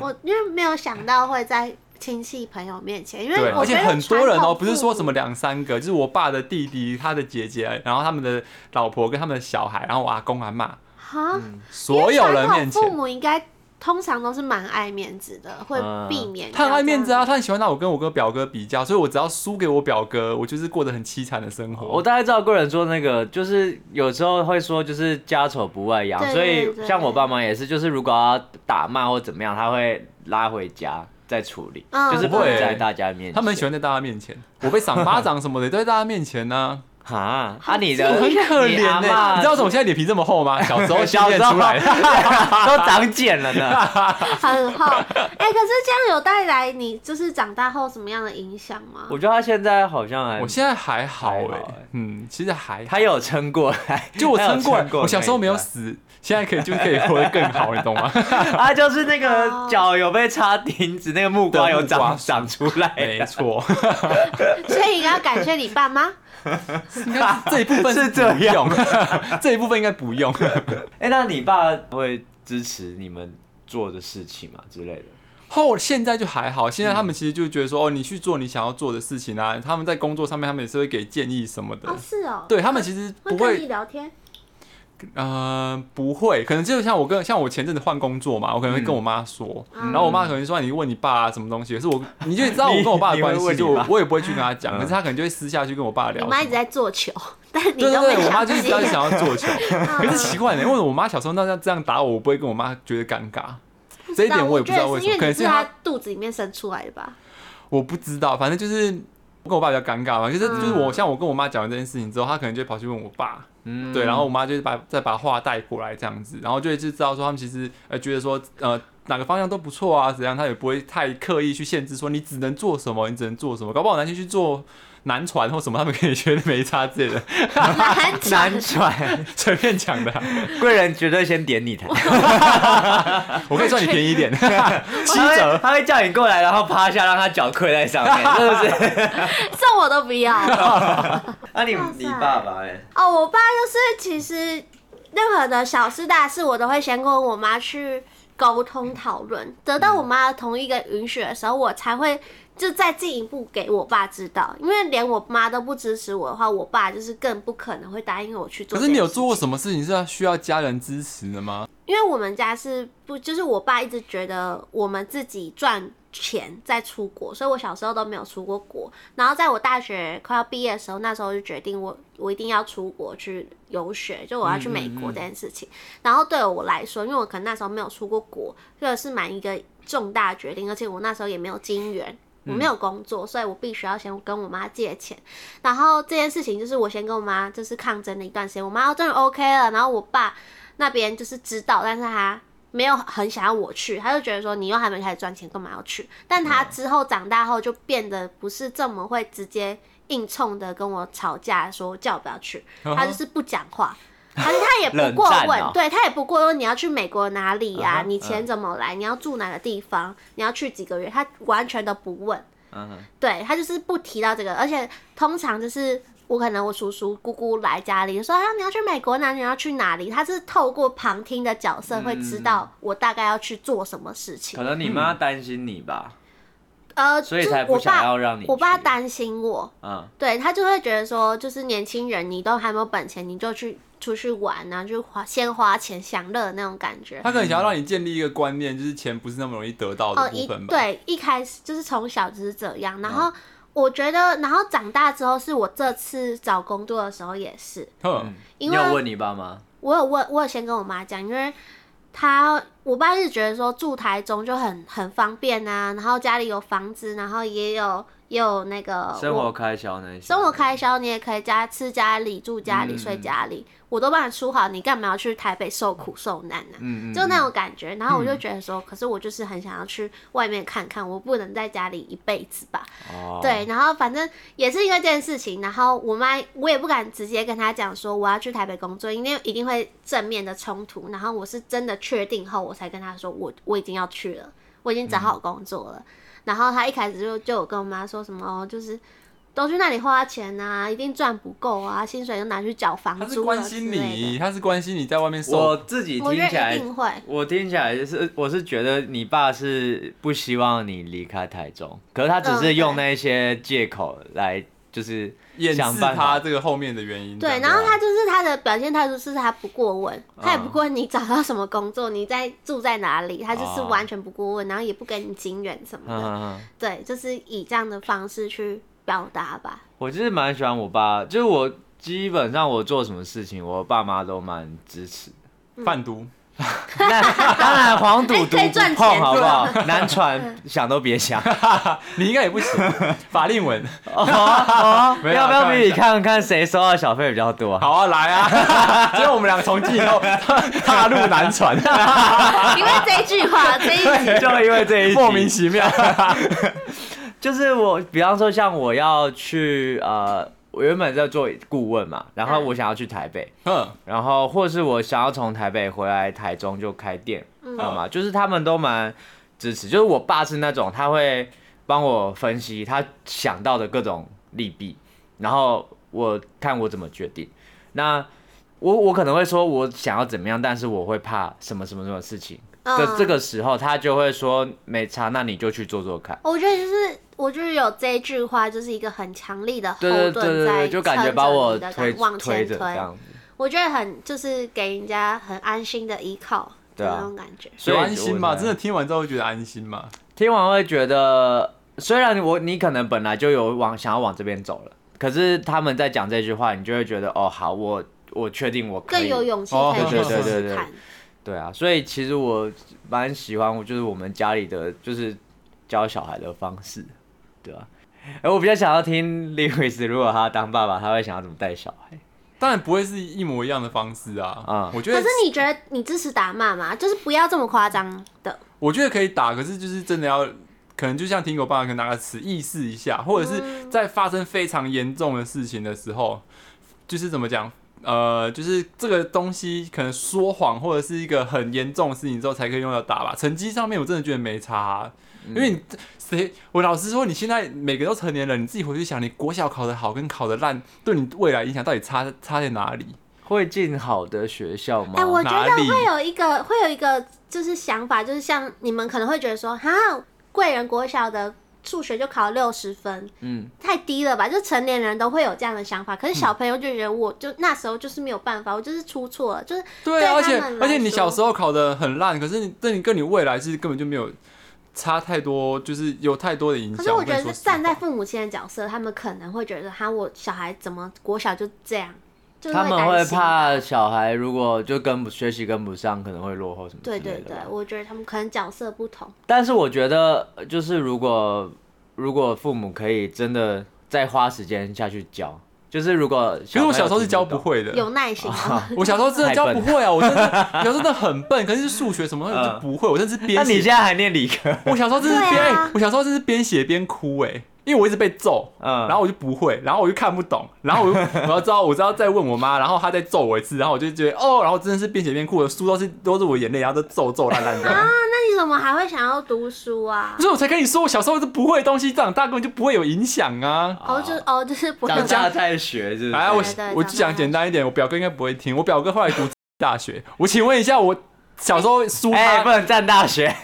[SPEAKER 3] 我因为没有想到会在亲戚朋友面前，因为
[SPEAKER 1] 对，
[SPEAKER 3] 我
[SPEAKER 1] 而
[SPEAKER 3] 觉
[SPEAKER 1] 且
[SPEAKER 3] 得
[SPEAKER 1] 很多人
[SPEAKER 3] 传
[SPEAKER 1] 哦，
[SPEAKER 3] 统
[SPEAKER 1] 不是说什么
[SPEAKER 3] 父母
[SPEAKER 1] 两三个，就是我爸的弟弟、他的姐姐，然后他们的老婆跟他们的小孩，然后我阿公阿妈，
[SPEAKER 3] 哈，
[SPEAKER 1] 嗯所有人面
[SPEAKER 3] 因为传统父
[SPEAKER 1] 前，
[SPEAKER 3] 母应该通常都是蛮爱面子的，会
[SPEAKER 2] 嗯
[SPEAKER 3] 避免
[SPEAKER 1] 啊他很爱面子啊，
[SPEAKER 3] 这样子。
[SPEAKER 1] 他很喜欢拿我跟我哥表哥比较，所以我只要输给我表哥，我就是过得很凄惨的生活。
[SPEAKER 2] 我大概知道贵人说那个，就是有时候会说，就是家丑不外扬，
[SPEAKER 3] 对
[SPEAKER 2] 所以
[SPEAKER 3] 对对
[SPEAKER 2] 像我爸妈也是，就是如果要打骂或怎么样，他会拉回家再处理，
[SPEAKER 3] 嗯
[SPEAKER 2] 就是不
[SPEAKER 1] 会
[SPEAKER 2] 会在大家面前。
[SPEAKER 1] 他们很喜欢在大家面前，我被赏巴掌什么的都在大家面前呢、
[SPEAKER 2] 哈，啊你
[SPEAKER 1] 我
[SPEAKER 2] 的
[SPEAKER 1] [laughs] 很可怜
[SPEAKER 2] 你啊
[SPEAKER 1] 呢、你知道为什么我现在脸皮这么厚
[SPEAKER 2] [laughs]
[SPEAKER 1] 吗？小时候
[SPEAKER 2] 小
[SPEAKER 1] 训
[SPEAKER 2] 时
[SPEAKER 1] 练
[SPEAKER 2] 候
[SPEAKER 1] 出来的，
[SPEAKER 2] 道都长茧了呢？
[SPEAKER 3] 很好， [laughs] 哎、可是这样有带来你就是长大后什么样的影响吗？
[SPEAKER 2] 我觉得他现在好像还
[SPEAKER 1] [laughs] 我现在还好哎、
[SPEAKER 2] 还好欸
[SPEAKER 1] 嗯，其实还好，
[SPEAKER 2] 他有撑过来，
[SPEAKER 1] 就我撑过
[SPEAKER 2] 他
[SPEAKER 1] 来
[SPEAKER 2] 有，
[SPEAKER 1] 我小时候没有
[SPEAKER 2] 那一
[SPEAKER 1] 死，现在可以就是可以活得更好，你懂
[SPEAKER 2] [laughs]
[SPEAKER 1] 吗？
[SPEAKER 2] 段，他啊就是那
[SPEAKER 3] 哦
[SPEAKER 2] 个脚有被插钉子，那个木瓜有
[SPEAKER 1] 对木
[SPEAKER 2] 长
[SPEAKER 1] 瓜
[SPEAKER 2] 长出来
[SPEAKER 1] 没
[SPEAKER 2] 的，
[SPEAKER 1] 错，
[SPEAKER 3] [laughs] 所以应该要感谢你爸妈。
[SPEAKER 1] [laughs] 应该这一部分
[SPEAKER 2] [laughs] 是
[SPEAKER 1] 不
[SPEAKER 2] 这样
[SPEAKER 1] 用， [laughs] 这一部分应该不用。
[SPEAKER 2] [laughs] 哎、那你爸会支持你们做的事情嘛之类的？
[SPEAKER 1] 后现在就还好，现在他们其实就觉得
[SPEAKER 3] 嗯
[SPEAKER 1] 说，哦，你去做你想要做的事情啊，他们在工作上面，他们也是会给建议什么的
[SPEAKER 3] 哦，。是哦，
[SPEAKER 1] 对他们其实
[SPEAKER 3] 会
[SPEAKER 1] 不
[SPEAKER 3] 跟
[SPEAKER 1] 会
[SPEAKER 3] 你聊天，
[SPEAKER 1] 呃，不会，可能就像我跟像我前阵子换工作嘛，我可能会跟我妈说，
[SPEAKER 3] 嗯
[SPEAKER 1] 然后我妈可能说你问你爸、啊、什么东西，可是我你就知
[SPEAKER 3] [laughs]
[SPEAKER 1] 道我
[SPEAKER 2] 你
[SPEAKER 1] 跟我爸的
[SPEAKER 2] 你
[SPEAKER 1] 关
[SPEAKER 2] 会
[SPEAKER 1] 系，
[SPEAKER 2] 问
[SPEAKER 1] 就
[SPEAKER 2] 你
[SPEAKER 1] 我
[SPEAKER 2] 爸
[SPEAKER 1] 我也不会去跟他讲，
[SPEAKER 2] 嗯
[SPEAKER 1] 可是他可能就会私下去跟我爸聊
[SPEAKER 3] 你
[SPEAKER 1] 什么。
[SPEAKER 3] 妈一直在做球， [laughs] 但你
[SPEAKER 1] 对
[SPEAKER 3] 都
[SPEAKER 1] 对
[SPEAKER 3] 没
[SPEAKER 1] 对，我妈
[SPEAKER 3] 想
[SPEAKER 1] 就是
[SPEAKER 3] 起
[SPEAKER 1] 比较
[SPEAKER 3] 来。 [laughs]
[SPEAKER 1] 想要做球，可是
[SPEAKER 3] 嗯
[SPEAKER 1] 奇怪呢，为什么我妈小时候那样这样打我，我不会跟我妈觉得尴尬？这一点我也不知道为什么，
[SPEAKER 3] 我觉
[SPEAKER 1] 可
[SPEAKER 3] 得
[SPEAKER 1] 能
[SPEAKER 3] 是
[SPEAKER 1] 是
[SPEAKER 3] 因为你
[SPEAKER 1] 她
[SPEAKER 3] 是她肚子里面生出来
[SPEAKER 1] [laughs]
[SPEAKER 3] 的吧？
[SPEAKER 1] 我不知道，反正就是我跟我爸比较尴尬嘛，就是
[SPEAKER 3] 嗯
[SPEAKER 1] 就是我像我跟我妈讲完这件事情之后，她可能就会跑去问我爸，
[SPEAKER 2] 嗯
[SPEAKER 1] 对，然后我妈就是把再把话带过来这样子，然后就会就知道说他们其实呃觉得说呃哪个方向都不错啊，怎样，她也不会太刻意去限制说你只能做什么，你只能做什么，搞不好哪天去做。南传或什么，他们可以觉得没差之类的， [laughs]
[SPEAKER 3] 难产
[SPEAKER 2] 难 [laughs] 传，
[SPEAKER 1] 随便讲的啊、
[SPEAKER 2] 贵人绝对先点你台，
[SPEAKER 1] 我可以算你便宜一
[SPEAKER 3] [laughs]
[SPEAKER 1] 点，七
[SPEAKER 2] 他
[SPEAKER 1] 折
[SPEAKER 2] 会。他会叫你过来，然后趴下，让他脚跪在 [laughs] 上面，是不是？
[SPEAKER 3] 这我都不要。
[SPEAKER 2] 那、你
[SPEAKER 3] 哇塞
[SPEAKER 2] 你爸爸哎、
[SPEAKER 3] 哦，我爸就是其实任何的小事大事，我都会先跟我妈去沟通讨论，得到我妈的同意跟允许的时候，我才会就再进一步给我爸知道。因为连我妈都不支持我的话，我爸就是更不可能会答应我去做
[SPEAKER 1] 可是
[SPEAKER 3] 这件事情。
[SPEAKER 1] 你有做过什么事情是要需要家人支持的吗？
[SPEAKER 3] 因为我们家是不，就是我爸一直觉得我们自己赚钱再出国，所以我小时候都没有出过国。然后在我大学快要毕业的时候，那时候就决定我我一定要出国去游学，就我要去美国这件事情。然后对我来说，因为我可能那时候没有出过国，这个是蛮一个重大的决定，而且我那时候也没有金源。我没有工作，所以我必须要先跟我妈借钱。然后这件事情就是我先跟我妈就是抗争了一段时间，我妈真的 OK 了，然后我爸那边就是知道，但是他没有很想要我去，他就觉得说你又还没开始赚钱，干嘛要去？但他之后长大后就变得不是这么会直接硬冲的跟我吵架，说叫我不
[SPEAKER 2] [laughs]
[SPEAKER 3] 要去，他
[SPEAKER 1] 嗯
[SPEAKER 3] 就是不讲话。他他也不过
[SPEAKER 2] 嗯冷
[SPEAKER 3] 问，
[SPEAKER 2] 战哦
[SPEAKER 3] 对他也不过问你要去美国哪里呀、
[SPEAKER 2] 嗯哼
[SPEAKER 3] 你钱怎么来？你要住哪个地方？你要去几个月？他完全都不问。
[SPEAKER 2] 嗯哼，
[SPEAKER 3] 对他就是不提到这个，而且通常就是我可能我叔叔姑姑来家里就说啊你要去美国哪你要去哪里，他是透过旁听的角色会知道我大概要去做什么事情。
[SPEAKER 2] 嗯可能你妈担心你吧，
[SPEAKER 3] 呃，
[SPEAKER 2] 所以
[SPEAKER 3] 就
[SPEAKER 2] 才
[SPEAKER 3] 我
[SPEAKER 2] 不想
[SPEAKER 3] 爸
[SPEAKER 2] 要让你
[SPEAKER 3] 我爸
[SPEAKER 2] 去，
[SPEAKER 3] 担心我，
[SPEAKER 2] 嗯，
[SPEAKER 3] 对他就会觉得说，就是年轻人你都还没有本钱，你就去出去玩啊，就花先花钱享乐的那种感觉。
[SPEAKER 1] 他可能想要让你建立一个观念，就是钱不是那么容易得到的
[SPEAKER 3] 哦，
[SPEAKER 1] 部
[SPEAKER 3] 一
[SPEAKER 1] 分吧。
[SPEAKER 3] 对一开始就是从小就是这样，
[SPEAKER 2] 嗯
[SPEAKER 3] 然后我觉得，然后长大之后是我这次找工作的时候也是，
[SPEAKER 1] 哼，
[SPEAKER 2] 你
[SPEAKER 3] 因为
[SPEAKER 2] 有问你爸妈？
[SPEAKER 3] 我有问，我有先跟我妈讲，因为她我爸是觉得说住台中就很很方便啊，然后家里有房子，然后也有也有那个
[SPEAKER 2] 生活
[SPEAKER 3] 哦我
[SPEAKER 2] 开销那些，
[SPEAKER 3] 生活开销，你也可以家吃家里住家里、
[SPEAKER 2] 嗯
[SPEAKER 3] 睡家里，我都帮你出好，你干嘛要去台北受苦受难呢、
[SPEAKER 2] 嗯，嗯嗯，
[SPEAKER 3] 就那种感觉，然后我就觉得说，可是我就是很想要去外面看看，我不能在家里一辈子吧。
[SPEAKER 2] 哦，
[SPEAKER 3] 对，然后反正也是因为这件事情，然后我妈我也不敢直接跟她讲说我要去台北工作，因为一定会正面的冲突。然后我是真的确定后，我才跟她说我我已经要去了，我已经找好工作了。然后她一开始就就有跟我妈说什么，哦就是都去那里花钱啊，一定赚不够啊，薪水就拿去缴房
[SPEAKER 1] 他是
[SPEAKER 3] 租了
[SPEAKER 1] 关
[SPEAKER 3] 啊之
[SPEAKER 1] 心
[SPEAKER 3] 类的。
[SPEAKER 1] 你，他是关心你在外面受
[SPEAKER 2] 我自己
[SPEAKER 3] 我觉
[SPEAKER 2] 听起
[SPEAKER 3] 得一
[SPEAKER 2] 来，
[SPEAKER 3] 定会，
[SPEAKER 2] 我听起来就是，我是觉得你爸是不希望你离开台中，可是他只是用那些借口来，就是
[SPEAKER 1] 掩
[SPEAKER 2] 想
[SPEAKER 1] 饰
[SPEAKER 2] 办法
[SPEAKER 1] 他这个后面的原因。这
[SPEAKER 3] 对，
[SPEAKER 1] 样
[SPEAKER 3] 然后他就是他的表现态度是他不过问，他也
[SPEAKER 2] 嗯
[SPEAKER 3] 不过问你找到什么工作，你在住在哪里，他就是
[SPEAKER 2] 哦
[SPEAKER 3] 完全不过问，然后也不跟你金援什么
[SPEAKER 2] 嗯
[SPEAKER 3] 的，
[SPEAKER 2] 嗯嗯。
[SPEAKER 3] 对，就是以这样的方式去表达
[SPEAKER 2] [laughs]
[SPEAKER 3] 吧。
[SPEAKER 2] 我就是蛮喜欢我爸，就是我基本上我做什么事情，我爸妈都蛮支持。
[SPEAKER 1] 贩毒，
[SPEAKER 2] 那当然黄赌 [laughs] 毒
[SPEAKER 3] 哎可以
[SPEAKER 2] 不
[SPEAKER 3] 赚钱
[SPEAKER 2] 碰好不好？南传想都别想。
[SPEAKER 1] 你应该也不 [laughs] 行。法令纹，
[SPEAKER 2] 哦，
[SPEAKER 1] [laughs] 没有啊
[SPEAKER 2] [laughs] 要不
[SPEAKER 1] 开
[SPEAKER 2] 要
[SPEAKER 1] 玩笑
[SPEAKER 2] 比你看看谁收到小费比较多？
[SPEAKER 1] 好啊，来 [laughs] 啊！所以我们两个从今以后踏入南船，
[SPEAKER 3] 因为这一句话，这一集
[SPEAKER 2] 就因为这一集
[SPEAKER 1] 莫名其妙。
[SPEAKER 2] [laughs] 就是我，比方说像我要去呃，我原本在做顾问嘛，然后
[SPEAKER 3] 嗯
[SPEAKER 2] 我想要去台北，
[SPEAKER 1] [laughs] [laughs] 嗯，
[SPEAKER 2] 然后或是我想要从台北回来台中就开店，
[SPEAKER 3] 嗯
[SPEAKER 2] 好吗？就是他们都蛮支持，就是我爸是那种他会帮我分析他想到的各种利弊，然后我看我怎么决定。那我我可能会说我想要怎么样，但是我会怕什么什么什么事情的、
[SPEAKER 3] 嗯
[SPEAKER 2] [laughs] 这个时候，他就会说没差，那你就去做做看。
[SPEAKER 3] 我觉得就是，我就是有这一句话，就是一个很强力的后
[SPEAKER 2] 对对
[SPEAKER 3] 盾在
[SPEAKER 2] 对对对，就感觉把我
[SPEAKER 3] 撑着
[SPEAKER 2] 推
[SPEAKER 3] 你的感往
[SPEAKER 2] 推
[SPEAKER 3] 前
[SPEAKER 2] 着
[SPEAKER 3] 推，
[SPEAKER 2] 这样子，
[SPEAKER 3] 我觉得很就是给人家很安心的依靠
[SPEAKER 2] 对
[SPEAKER 3] 的
[SPEAKER 2] 啊
[SPEAKER 3] 那种感觉。
[SPEAKER 1] 有安心吗？
[SPEAKER 2] 我才
[SPEAKER 1] 真的听完之后会觉得安心吗？
[SPEAKER 2] 听完会觉得，虽然我你可能本来就有往想要往这边走了，可是他们在讲这句话，你就会觉得哦，好，我我确定我可
[SPEAKER 3] 更
[SPEAKER 2] 以。
[SPEAKER 3] 有勇气
[SPEAKER 1] 哦
[SPEAKER 3] 可以去
[SPEAKER 1] 对对
[SPEAKER 3] 试
[SPEAKER 2] 对
[SPEAKER 3] 试
[SPEAKER 2] 对
[SPEAKER 3] 看，
[SPEAKER 2] 对啊，所以其实我蛮喜欢，就是我们家里的就是教小孩的方式，对吧、而我比较想要听 Lewis，如果他当爸爸，他会想要怎么带小孩？
[SPEAKER 1] 当然不会是一模一样的方式啊。
[SPEAKER 2] 嗯
[SPEAKER 1] 我觉
[SPEAKER 3] 可
[SPEAKER 1] 得
[SPEAKER 3] 是你觉得你支持打骂吗？就是不要这么夸张的，
[SPEAKER 1] 我觉得可以打，可是就是真的要，可能就像听狗爸跟大家词意识一下，或者是在发生非常严重的事情的时候，就是怎么讲，呃，就是这个东西可能说谎或者是一个很严重的事情之后才可以用到打吧。成绩上面我真的觉得没差啊、因为你谁，我老实说，你现在每个都成年人，你自己回去想，你国小考得好跟考得烂，对你未来影响到底差差在哪里？
[SPEAKER 2] 会进好的学校吗？
[SPEAKER 3] 哎、我觉得
[SPEAKER 1] 哪里
[SPEAKER 3] 会有一个会有一个就是想法，就是像你们可能会觉得说，哈，贵人国小的数学就考六十分，
[SPEAKER 2] 嗯，
[SPEAKER 3] 太低了吧？就成年人都会有这样的想法，可是小朋友就觉得我就那时候就是没有办法，我就是出错了，就是
[SPEAKER 1] 对啊，而
[SPEAKER 3] 对他
[SPEAKER 1] 且
[SPEAKER 3] 们来
[SPEAKER 1] 而且你
[SPEAKER 3] 说
[SPEAKER 1] 小时候考的很烂，可是你对你跟你未来是根本就没有差太多，就是有太多的影响。
[SPEAKER 3] 可是我觉
[SPEAKER 1] 跟你
[SPEAKER 3] 得
[SPEAKER 1] 说
[SPEAKER 3] 是
[SPEAKER 1] 实
[SPEAKER 3] 站在
[SPEAKER 1] 话
[SPEAKER 3] 父母亲的角色，他们可能会觉得，哈，我小孩怎么国小就这样，就是
[SPEAKER 2] 他们会
[SPEAKER 3] 担心
[SPEAKER 2] 怕小孩如果就跟不学习跟不上，可能会落后什么之
[SPEAKER 3] 对
[SPEAKER 2] 类的吧。
[SPEAKER 3] 对对，我觉得他们可能角色不同，
[SPEAKER 2] 但是我觉得，呃就是如果如果父母可以真的再花时间下去教，就是如果
[SPEAKER 1] 因为我小时候是
[SPEAKER 2] 听
[SPEAKER 1] 教
[SPEAKER 2] 懂
[SPEAKER 1] 不，会的，
[SPEAKER 3] 有耐
[SPEAKER 2] [laughs]
[SPEAKER 3] 心啊。
[SPEAKER 1] 我小时候真的
[SPEAKER 2] 太
[SPEAKER 1] 教
[SPEAKER 2] 笨
[SPEAKER 1] 不会啊，我真的小时候真的很笨，可是数学什么东西我
[SPEAKER 2] 嗯
[SPEAKER 1] 就不会，我真的是
[SPEAKER 2] 那
[SPEAKER 1] 边
[SPEAKER 2] 你现
[SPEAKER 1] 写，
[SPEAKER 2] 在还念理科？
[SPEAKER 1] 我小时候真是
[SPEAKER 3] 对
[SPEAKER 1] 边、
[SPEAKER 3] 啊
[SPEAKER 1] 哎我小时候真是边写边哭哎、因为我一直被揍，
[SPEAKER 2] 嗯
[SPEAKER 1] 然后我就不会，然后我就看不懂，然后我就 [laughs] 我要知道我知道再问我妈，然后她再揍我一次，然后我就觉得哦，然后真的是边写边哭，我的书都是都是我眼泪，然后都揍揍烂烂这样。
[SPEAKER 3] 那你怎么还会想要读书啊
[SPEAKER 1] [laughs] 不？是，我才跟你说，我小时候都不会的东西，长大根本就不会有影响啊。
[SPEAKER 3] 哦，就哎哦，就是不会
[SPEAKER 2] 长大再学是不
[SPEAKER 1] 来，我
[SPEAKER 2] 是？
[SPEAKER 3] 对对
[SPEAKER 1] 我
[SPEAKER 3] 长大
[SPEAKER 1] 讲简单一点，我表哥应该不会听。我表哥后来读大学，我请问一下，我小时候书
[SPEAKER 2] 哎、不
[SPEAKER 1] 他
[SPEAKER 2] 能占大学，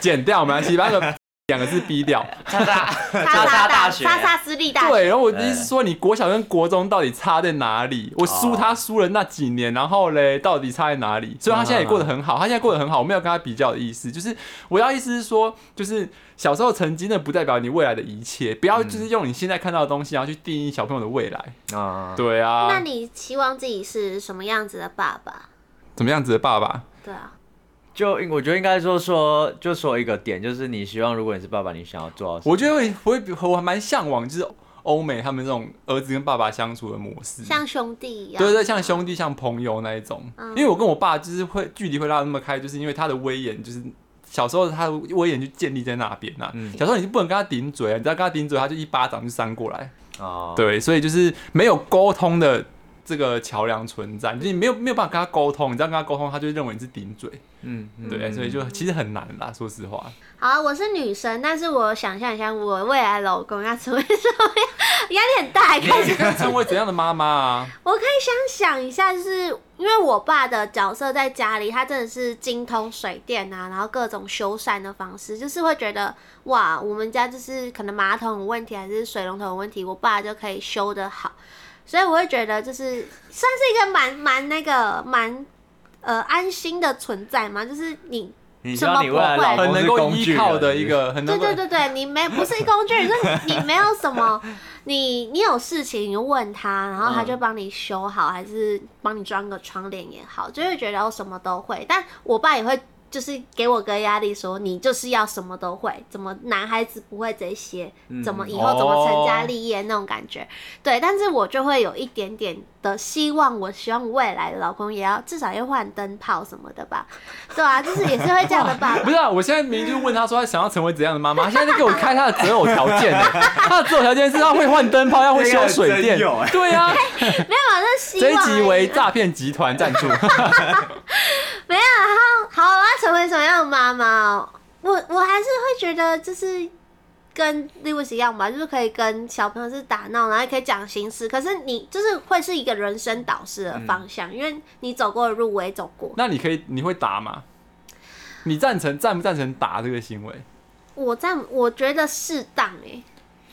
[SPEAKER 1] 剪掉没关系，把那
[SPEAKER 2] [laughs]
[SPEAKER 1] 个两个字逼掉。
[SPEAKER 2] 差大 [laughs] 差
[SPEAKER 3] 莎
[SPEAKER 2] 大
[SPEAKER 3] 莎大
[SPEAKER 2] 大学，
[SPEAKER 3] 莎莎私立大学，
[SPEAKER 1] 对，然后我的意思是说，你国小跟国中到底差在哪里？我输
[SPEAKER 2] 哦
[SPEAKER 1] 他输了那几年，然后嘞，到底差在哪里？虽然他现在也过得很好，他现在过得很好，我没有跟他比较的意思，就是我要意思是说，就是小时候成绩呢，不代表你未来的一切，不要
[SPEAKER 2] 嗯
[SPEAKER 1] 就是用你现在看到的东西，然后去定义小朋友的未来。
[SPEAKER 2] 啊，
[SPEAKER 1] 对啊，
[SPEAKER 3] 那你期望自己是什么样子的爸爸？
[SPEAKER 1] 怎么样子的爸爸？
[SPEAKER 3] 对啊，
[SPEAKER 2] 就我觉得应该说说就说一个点，就是你希望如果你是爸爸，你想要做到什么？
[SPEAKER 1] 我觉得我也我也比我还蛮向往，就是欧美他们这种儿子跟爸爸相处的模式，
[SPEAKER 3] 像兄弟一
[SPEAKER 1] 嗯
[SPEAKER 3] 样。
[SPEAKER 1] 对对，像兄弟像朋友那一种。
[SPEAKER 3] 嗯
[SPEAKER 1] 因为我跟我爸就是会距离会拉得那么开，就是因为他的威严，就是小时候他的威严就建立在那边呐、
[SPEAKER 2] 嗯
[SPEAKER 1] 小时候你就不能跟他顶嘴、啊，你只要跟他顶嘴，他就一巴掌就扇过来。
[SPEAKER 2] 哦，
[SPEAKER 1] 对，所以就是没有沟通的。这个桥梁存在，就是你没有没有办法跟他沟通，你这样跟他沟通，他就认为你是顶嘴，
[SPEAKER 2] 嗯，嗯
[SPEAKER 1] 对，所以就其实很难啦，说实
[SPEAKER 3] [laughs]
[SPEAKER 1] 话。
[SPEAKER 3] 好，我是女生，但是我想象一下，我未来老公要成为什么样，压力很大，开始
[SPEAKER 1] 你可以成为怎样的妈妈啊？
[SPEAKER 3] 我可以想想一下，就是因为我爸的角色在家里，他真的是精通水电啊，然后各种修缮的方式，就是会觉得哇，我们家就是可能马桶有问题还是水龙头有问题，我爸就可以修得好，所以我会觉得就是算是一个蛮蛮那个蛮呃安心的存在嘛，就是你
[SPEAKER 2] 你希望你未来老
[SPEAKER 1] 很
[SPEAKER 3] 我
[SPEAKER 2] 公
[SPEAKER 1] 能
[SPEAKER 2] 是
[SPEAKER 1] 够
[SPEAKER 2] 工
[SPEAKER 1] 依
[SPEAKER 2] 具啊人
[SPEAKER 1] 靠的一，个，很能
[SPEAKER 3] 对
[SPEAKER 1] 够
[SPEAKER 3] 对对
[SPEAKER 1] [laughs]
[SPEAKER 3] 对，你没不是工具人，就是你没有什么， [laughs] 你你有事情你就问他，然后
[SPEAKER 1] 嗯
[SPEAKER 3] 他就帮你修好，还是帮你装个窗帘也好，就会觉得我什么都会。但我爸也会就是给我个压力说，你就是要什么都会，怎么男孩子不会这些，
[SPEAKER 1] 嗯
[SPEAKER 3] 怎么以后怎么成家立业那种感
[SPEAKER 1] 哦
[SPEAKER 3] 觉。对，但是我就会有一点点的希望，我希望未来的老公也要至少要换灯泡什么的吧。对啊，就是也是会这样的
[SPEAKER 1] [laughs]
[SPEAKER 3] 爸爸
[SPEAKER 1] 不。是啊，我现在明明就是问他说他想要成为怎样的妈妈，
[SPEAKER 3] [laughs]
[SPEAKER 1] 他现在在给我开他的择偶条件呢，他的择偶条件是他会换灯泡，要会修水电
[SPEAKER 2] 这个真有哎，
[SPEAKER 3] [laughs]
[SPEAKER 1] 对啊，
[SPEAKER 3] 没有，那希
[SPEAKER 1] 这一
[SPEAKER 3] 望
[SPEAKER 1] 集
[SPEAKER 3] 而已
[SPEAKER 1] 为诈骗集团赞助， [laughs]
[SPEAKER 3] 没有。好，好，我要成为什么样的妈妈、哦？我我还是会觉得就是跟 Lewis 一样吧，就是可以跟小朋友是打闹，然后也可以讲心事。可是你就是会是一个人生导师的方向，因为你走过的路我也走过。
[SPEAKER 1] 那你可以你会打吗？你赞成赞不赞成打这个行为？
[SPEAKER 3] 我在我觉得适当哎、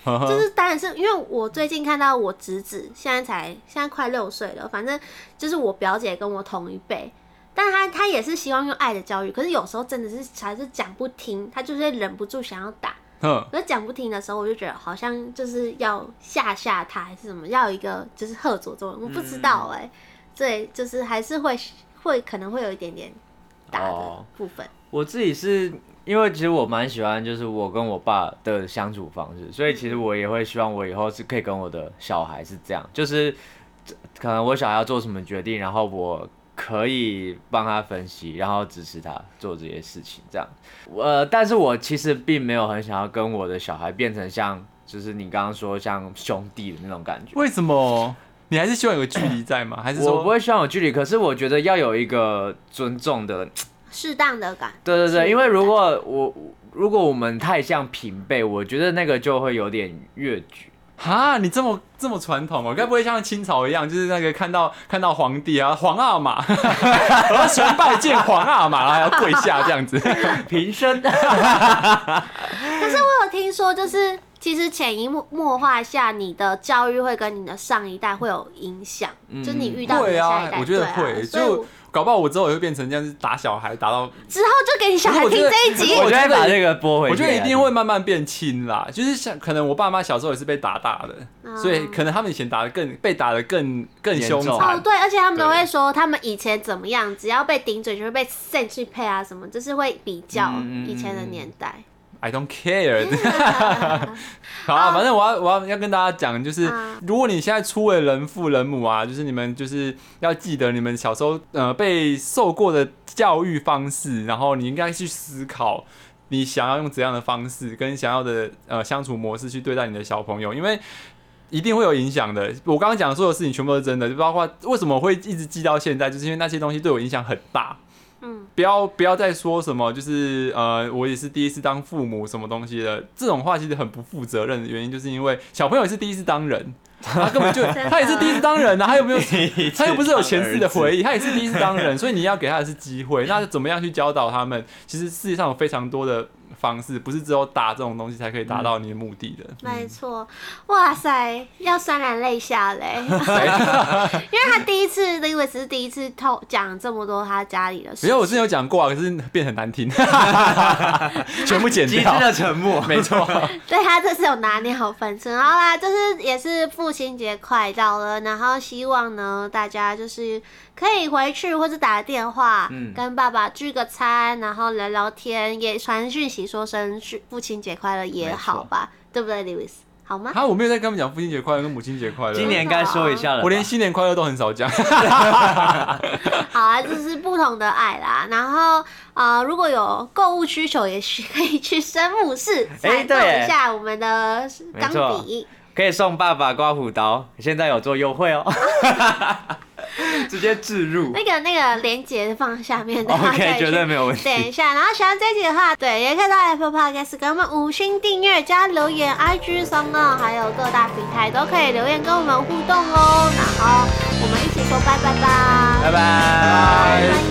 [SPEAKER 1] 呵呵
[SPEAKER 3] 就是当然是因为我最近看到我侄子现在才现在快六岁了，反正就是我表姐跟我同一辈，但他他也是希望用爱的教育，可是有时候真的是还是讲不听，他就是忍不住想要打，
[SPEAKER 1] [laughs] 哼，
[SPEAKER 3] 可是讲不听的时候，我就觉得好像就是要吓吓他还是什么，要有一个就是喝佐作用，我不知
[SPEAKER 1] 嗯
[SPEAKER 3] 道哎、对，就是还是会会可能会有一点点打的
[SPEAKER 2] 哦
[SPEAKER 3] 部分，
[SPEAKER 2] 我自己是因为其实我蛮喜欢，就是我跟我爸的相处方式，所以其实我也会希望我以后是可以跟我的小孩是这样，就是可能我小孩要做什么决定，然后我可以帮他分析，然后支持他做这些事情，这样。呃，但是我其实并没有很想要跟我的小孩变成像，就是你刚刚说像兄弟的那种感觉。
[SPEAKER 1] 为什么？你还是希望有个距离在吗？还是
[SPEAKER 2] 我不
[SPEAKER 1] 说
[SPEAKER 2] 会希望有距离，可是我觉得要有一个尊重的
[SPEAKER 3] 适当的感，
[SPEAKER 2] 对对
[SPEAKER 3] 是
[SPEAKER 2] 对，因为如果我如果我们太像平辈，我觉得那个就会有点越矩。
[SPEAKER 1] 哈，你这么这么传统哦，该不会像清朝一样，就是那个看到看到皇帝啊，皇阿玛， [laughs] 我要崇拜见皇阿玛，然后还要跪下这样子？
[SPEAKER 2] 平生
[SPEAKER 3] 但可是我有听说，就是其实潜移默默化下，你的教育会跟你的上一代会有影响，就是你 [laughs] 遇到你
[SPEAKER 1] 会
[SPEAKER 3] 的下一
[SPEAKER 1] 啊
[SPEAKER 3] 代，，
[SPEAKER 1] 我觉得
[SPEAKER 3] 对啊
[SPEAKER 1] 会，
[SPEAKER 3] 所以
[SPEAKER 1] 就
[SPEAKER 3] 我
[SPEAKER 1] 搞不好我之后也会变成这样，子打小孩打到
[SPEAKER 3] 之后就给你小孩
[SPEAKER 1] 我
[SPEAKER 3] 听
[SPEAKER 1] 觉得
[SPEAKER 3] 这一集
[SPEAKER 1] 我。觉
[SPEAKER 2] 我觉
[SPEAKER 1] 得
[SPEAKER 2] 得把这个拨回去，
[SPEAKER 1] 我觉得一定会慢慢变轻啦，就是像可能我爸妈小时候也是被打大的，
[SPEAKER 3] 嗯
[SPEAKER 1] 所以可能他们以前打的更被打的更更凶
[SPEAKER 2] 严重
[SPEAKER 1] 残
[SPEAKER 3] 哦，。对，而且他们都会说，他们以前怎么样，只要被顶嘴就会被 s e n 去配啊什么，就是会比较
[SPEAKER 2] 嗯嗯嗯
[SPEAKER 3] 以前的年代。
[SPEAKER 1] I don't care [laughs] 好啊，反正我要我要要跟大家讲，就是
[SPEAKER 3] 嗯
[SPEAKER 1] 如果你现在出为人父人母啊，就是你们就是要记得你们小时候呃被受过的教育方式，然后你应该去思考。你想要用怎样的方式，跟想要的呃相处模式去对待你的小朋友，因为一定会有影响的。我刚刚讲的所有事情全部都是真的，就包括为什么我会一直记到现在，就是因为那些东西对我影响很大。
[SPEAKER 3] 嗯，
[SPEAKER 1] 不要不要再说什么，就是呃，我也是第一次当父母什么东西的，这种话其实很不负责任的原因，就是因为小朋友也是第一次当人，他根本就
[SPEAKER 3] 的
[SPEAKER 1] 他也是第一次当人啊，他又没有
[SPEAKER 2] 一次
[SPEAKER 1] 他又不是有前世的
[SPEAKER 2] 当儿
[SPEAKER 1] 回忆，他也是第一次当人，所以你要给他的是机会。那怎么样去教导他们？其实世界上有非常多的方式，不是只有打这种东西才可以达到你的目的的。
[SPEAKER 3] 没错，哇塞，要潸然泪下嘞，因为他第一次，Lewis 是第一次透讲这么多他家里的事
[SPEAKER 1] 没有，我之前有讲过啊，可是变很难听， [laughs] 全部剪
[SPEAKER 2] 机智
[SPEAKER 1] 掉。
[SPEAKER 2] 的沉默，
[SPEAKER 1] 没错，
[SPEAKER 3] 对他这次有拿捏好分寸。好啦，就是也是父亲节快到了，然后希望呢大家就是可以回去或者打电话，
[SPEAKER 2] 嗯
[SPEAKER 3] 跟爸爸聚个餐，然后聊聊天，也传讯息说声是父亲节快乐也好吧，对不对，Lewis？好吗？
[SPEAKER 1] 啊他我没有在跟他们讲父亲节快乐跟母亲节快乐。
[SPEAKER 2] [laughs] 今年该说一下了吧。
[SPEAKER 1] 我连新年快乐都很少讲。
[SPEAKER 3] 好啊，这是不同的爱啦。然后呃，如果有购物需求，也是可以去生物室采
[SPEAKER 2] 哎
[SPEAKER 3] 购
[SPEAKER 2] 对
[SPEAKER 3] 一下我们的
[SPEAKER 2] 没
[SPEAKER 3] 钢
[SPEAKER 2] 错
[SPEAKER 3] 笔。
[SPEAKER 2] 可以送爸爸刮胡刀，现在有做优惠哦，直接置入
[SPEAKER 3] 那个那个链接放下面，大家可以
[SPEAKER 2] 哦，OK，
[SPEAKER 3] 去
[SPEAKER 2] 绝对没有问
[SPEAKER 3] 点一
[SPEAKER 2] 题。
[SPEAKER 3] 下，然后喜欢这集的话，对，也可以到 Apple Podcast 给我们五星订阅加留言，IG 上啊，还有各大平台都可以留言跟我们互动哦。然后我们一起说拜拜吧，
[SPEAKER 2] 拜拜。
[SPEAKER 3] 拜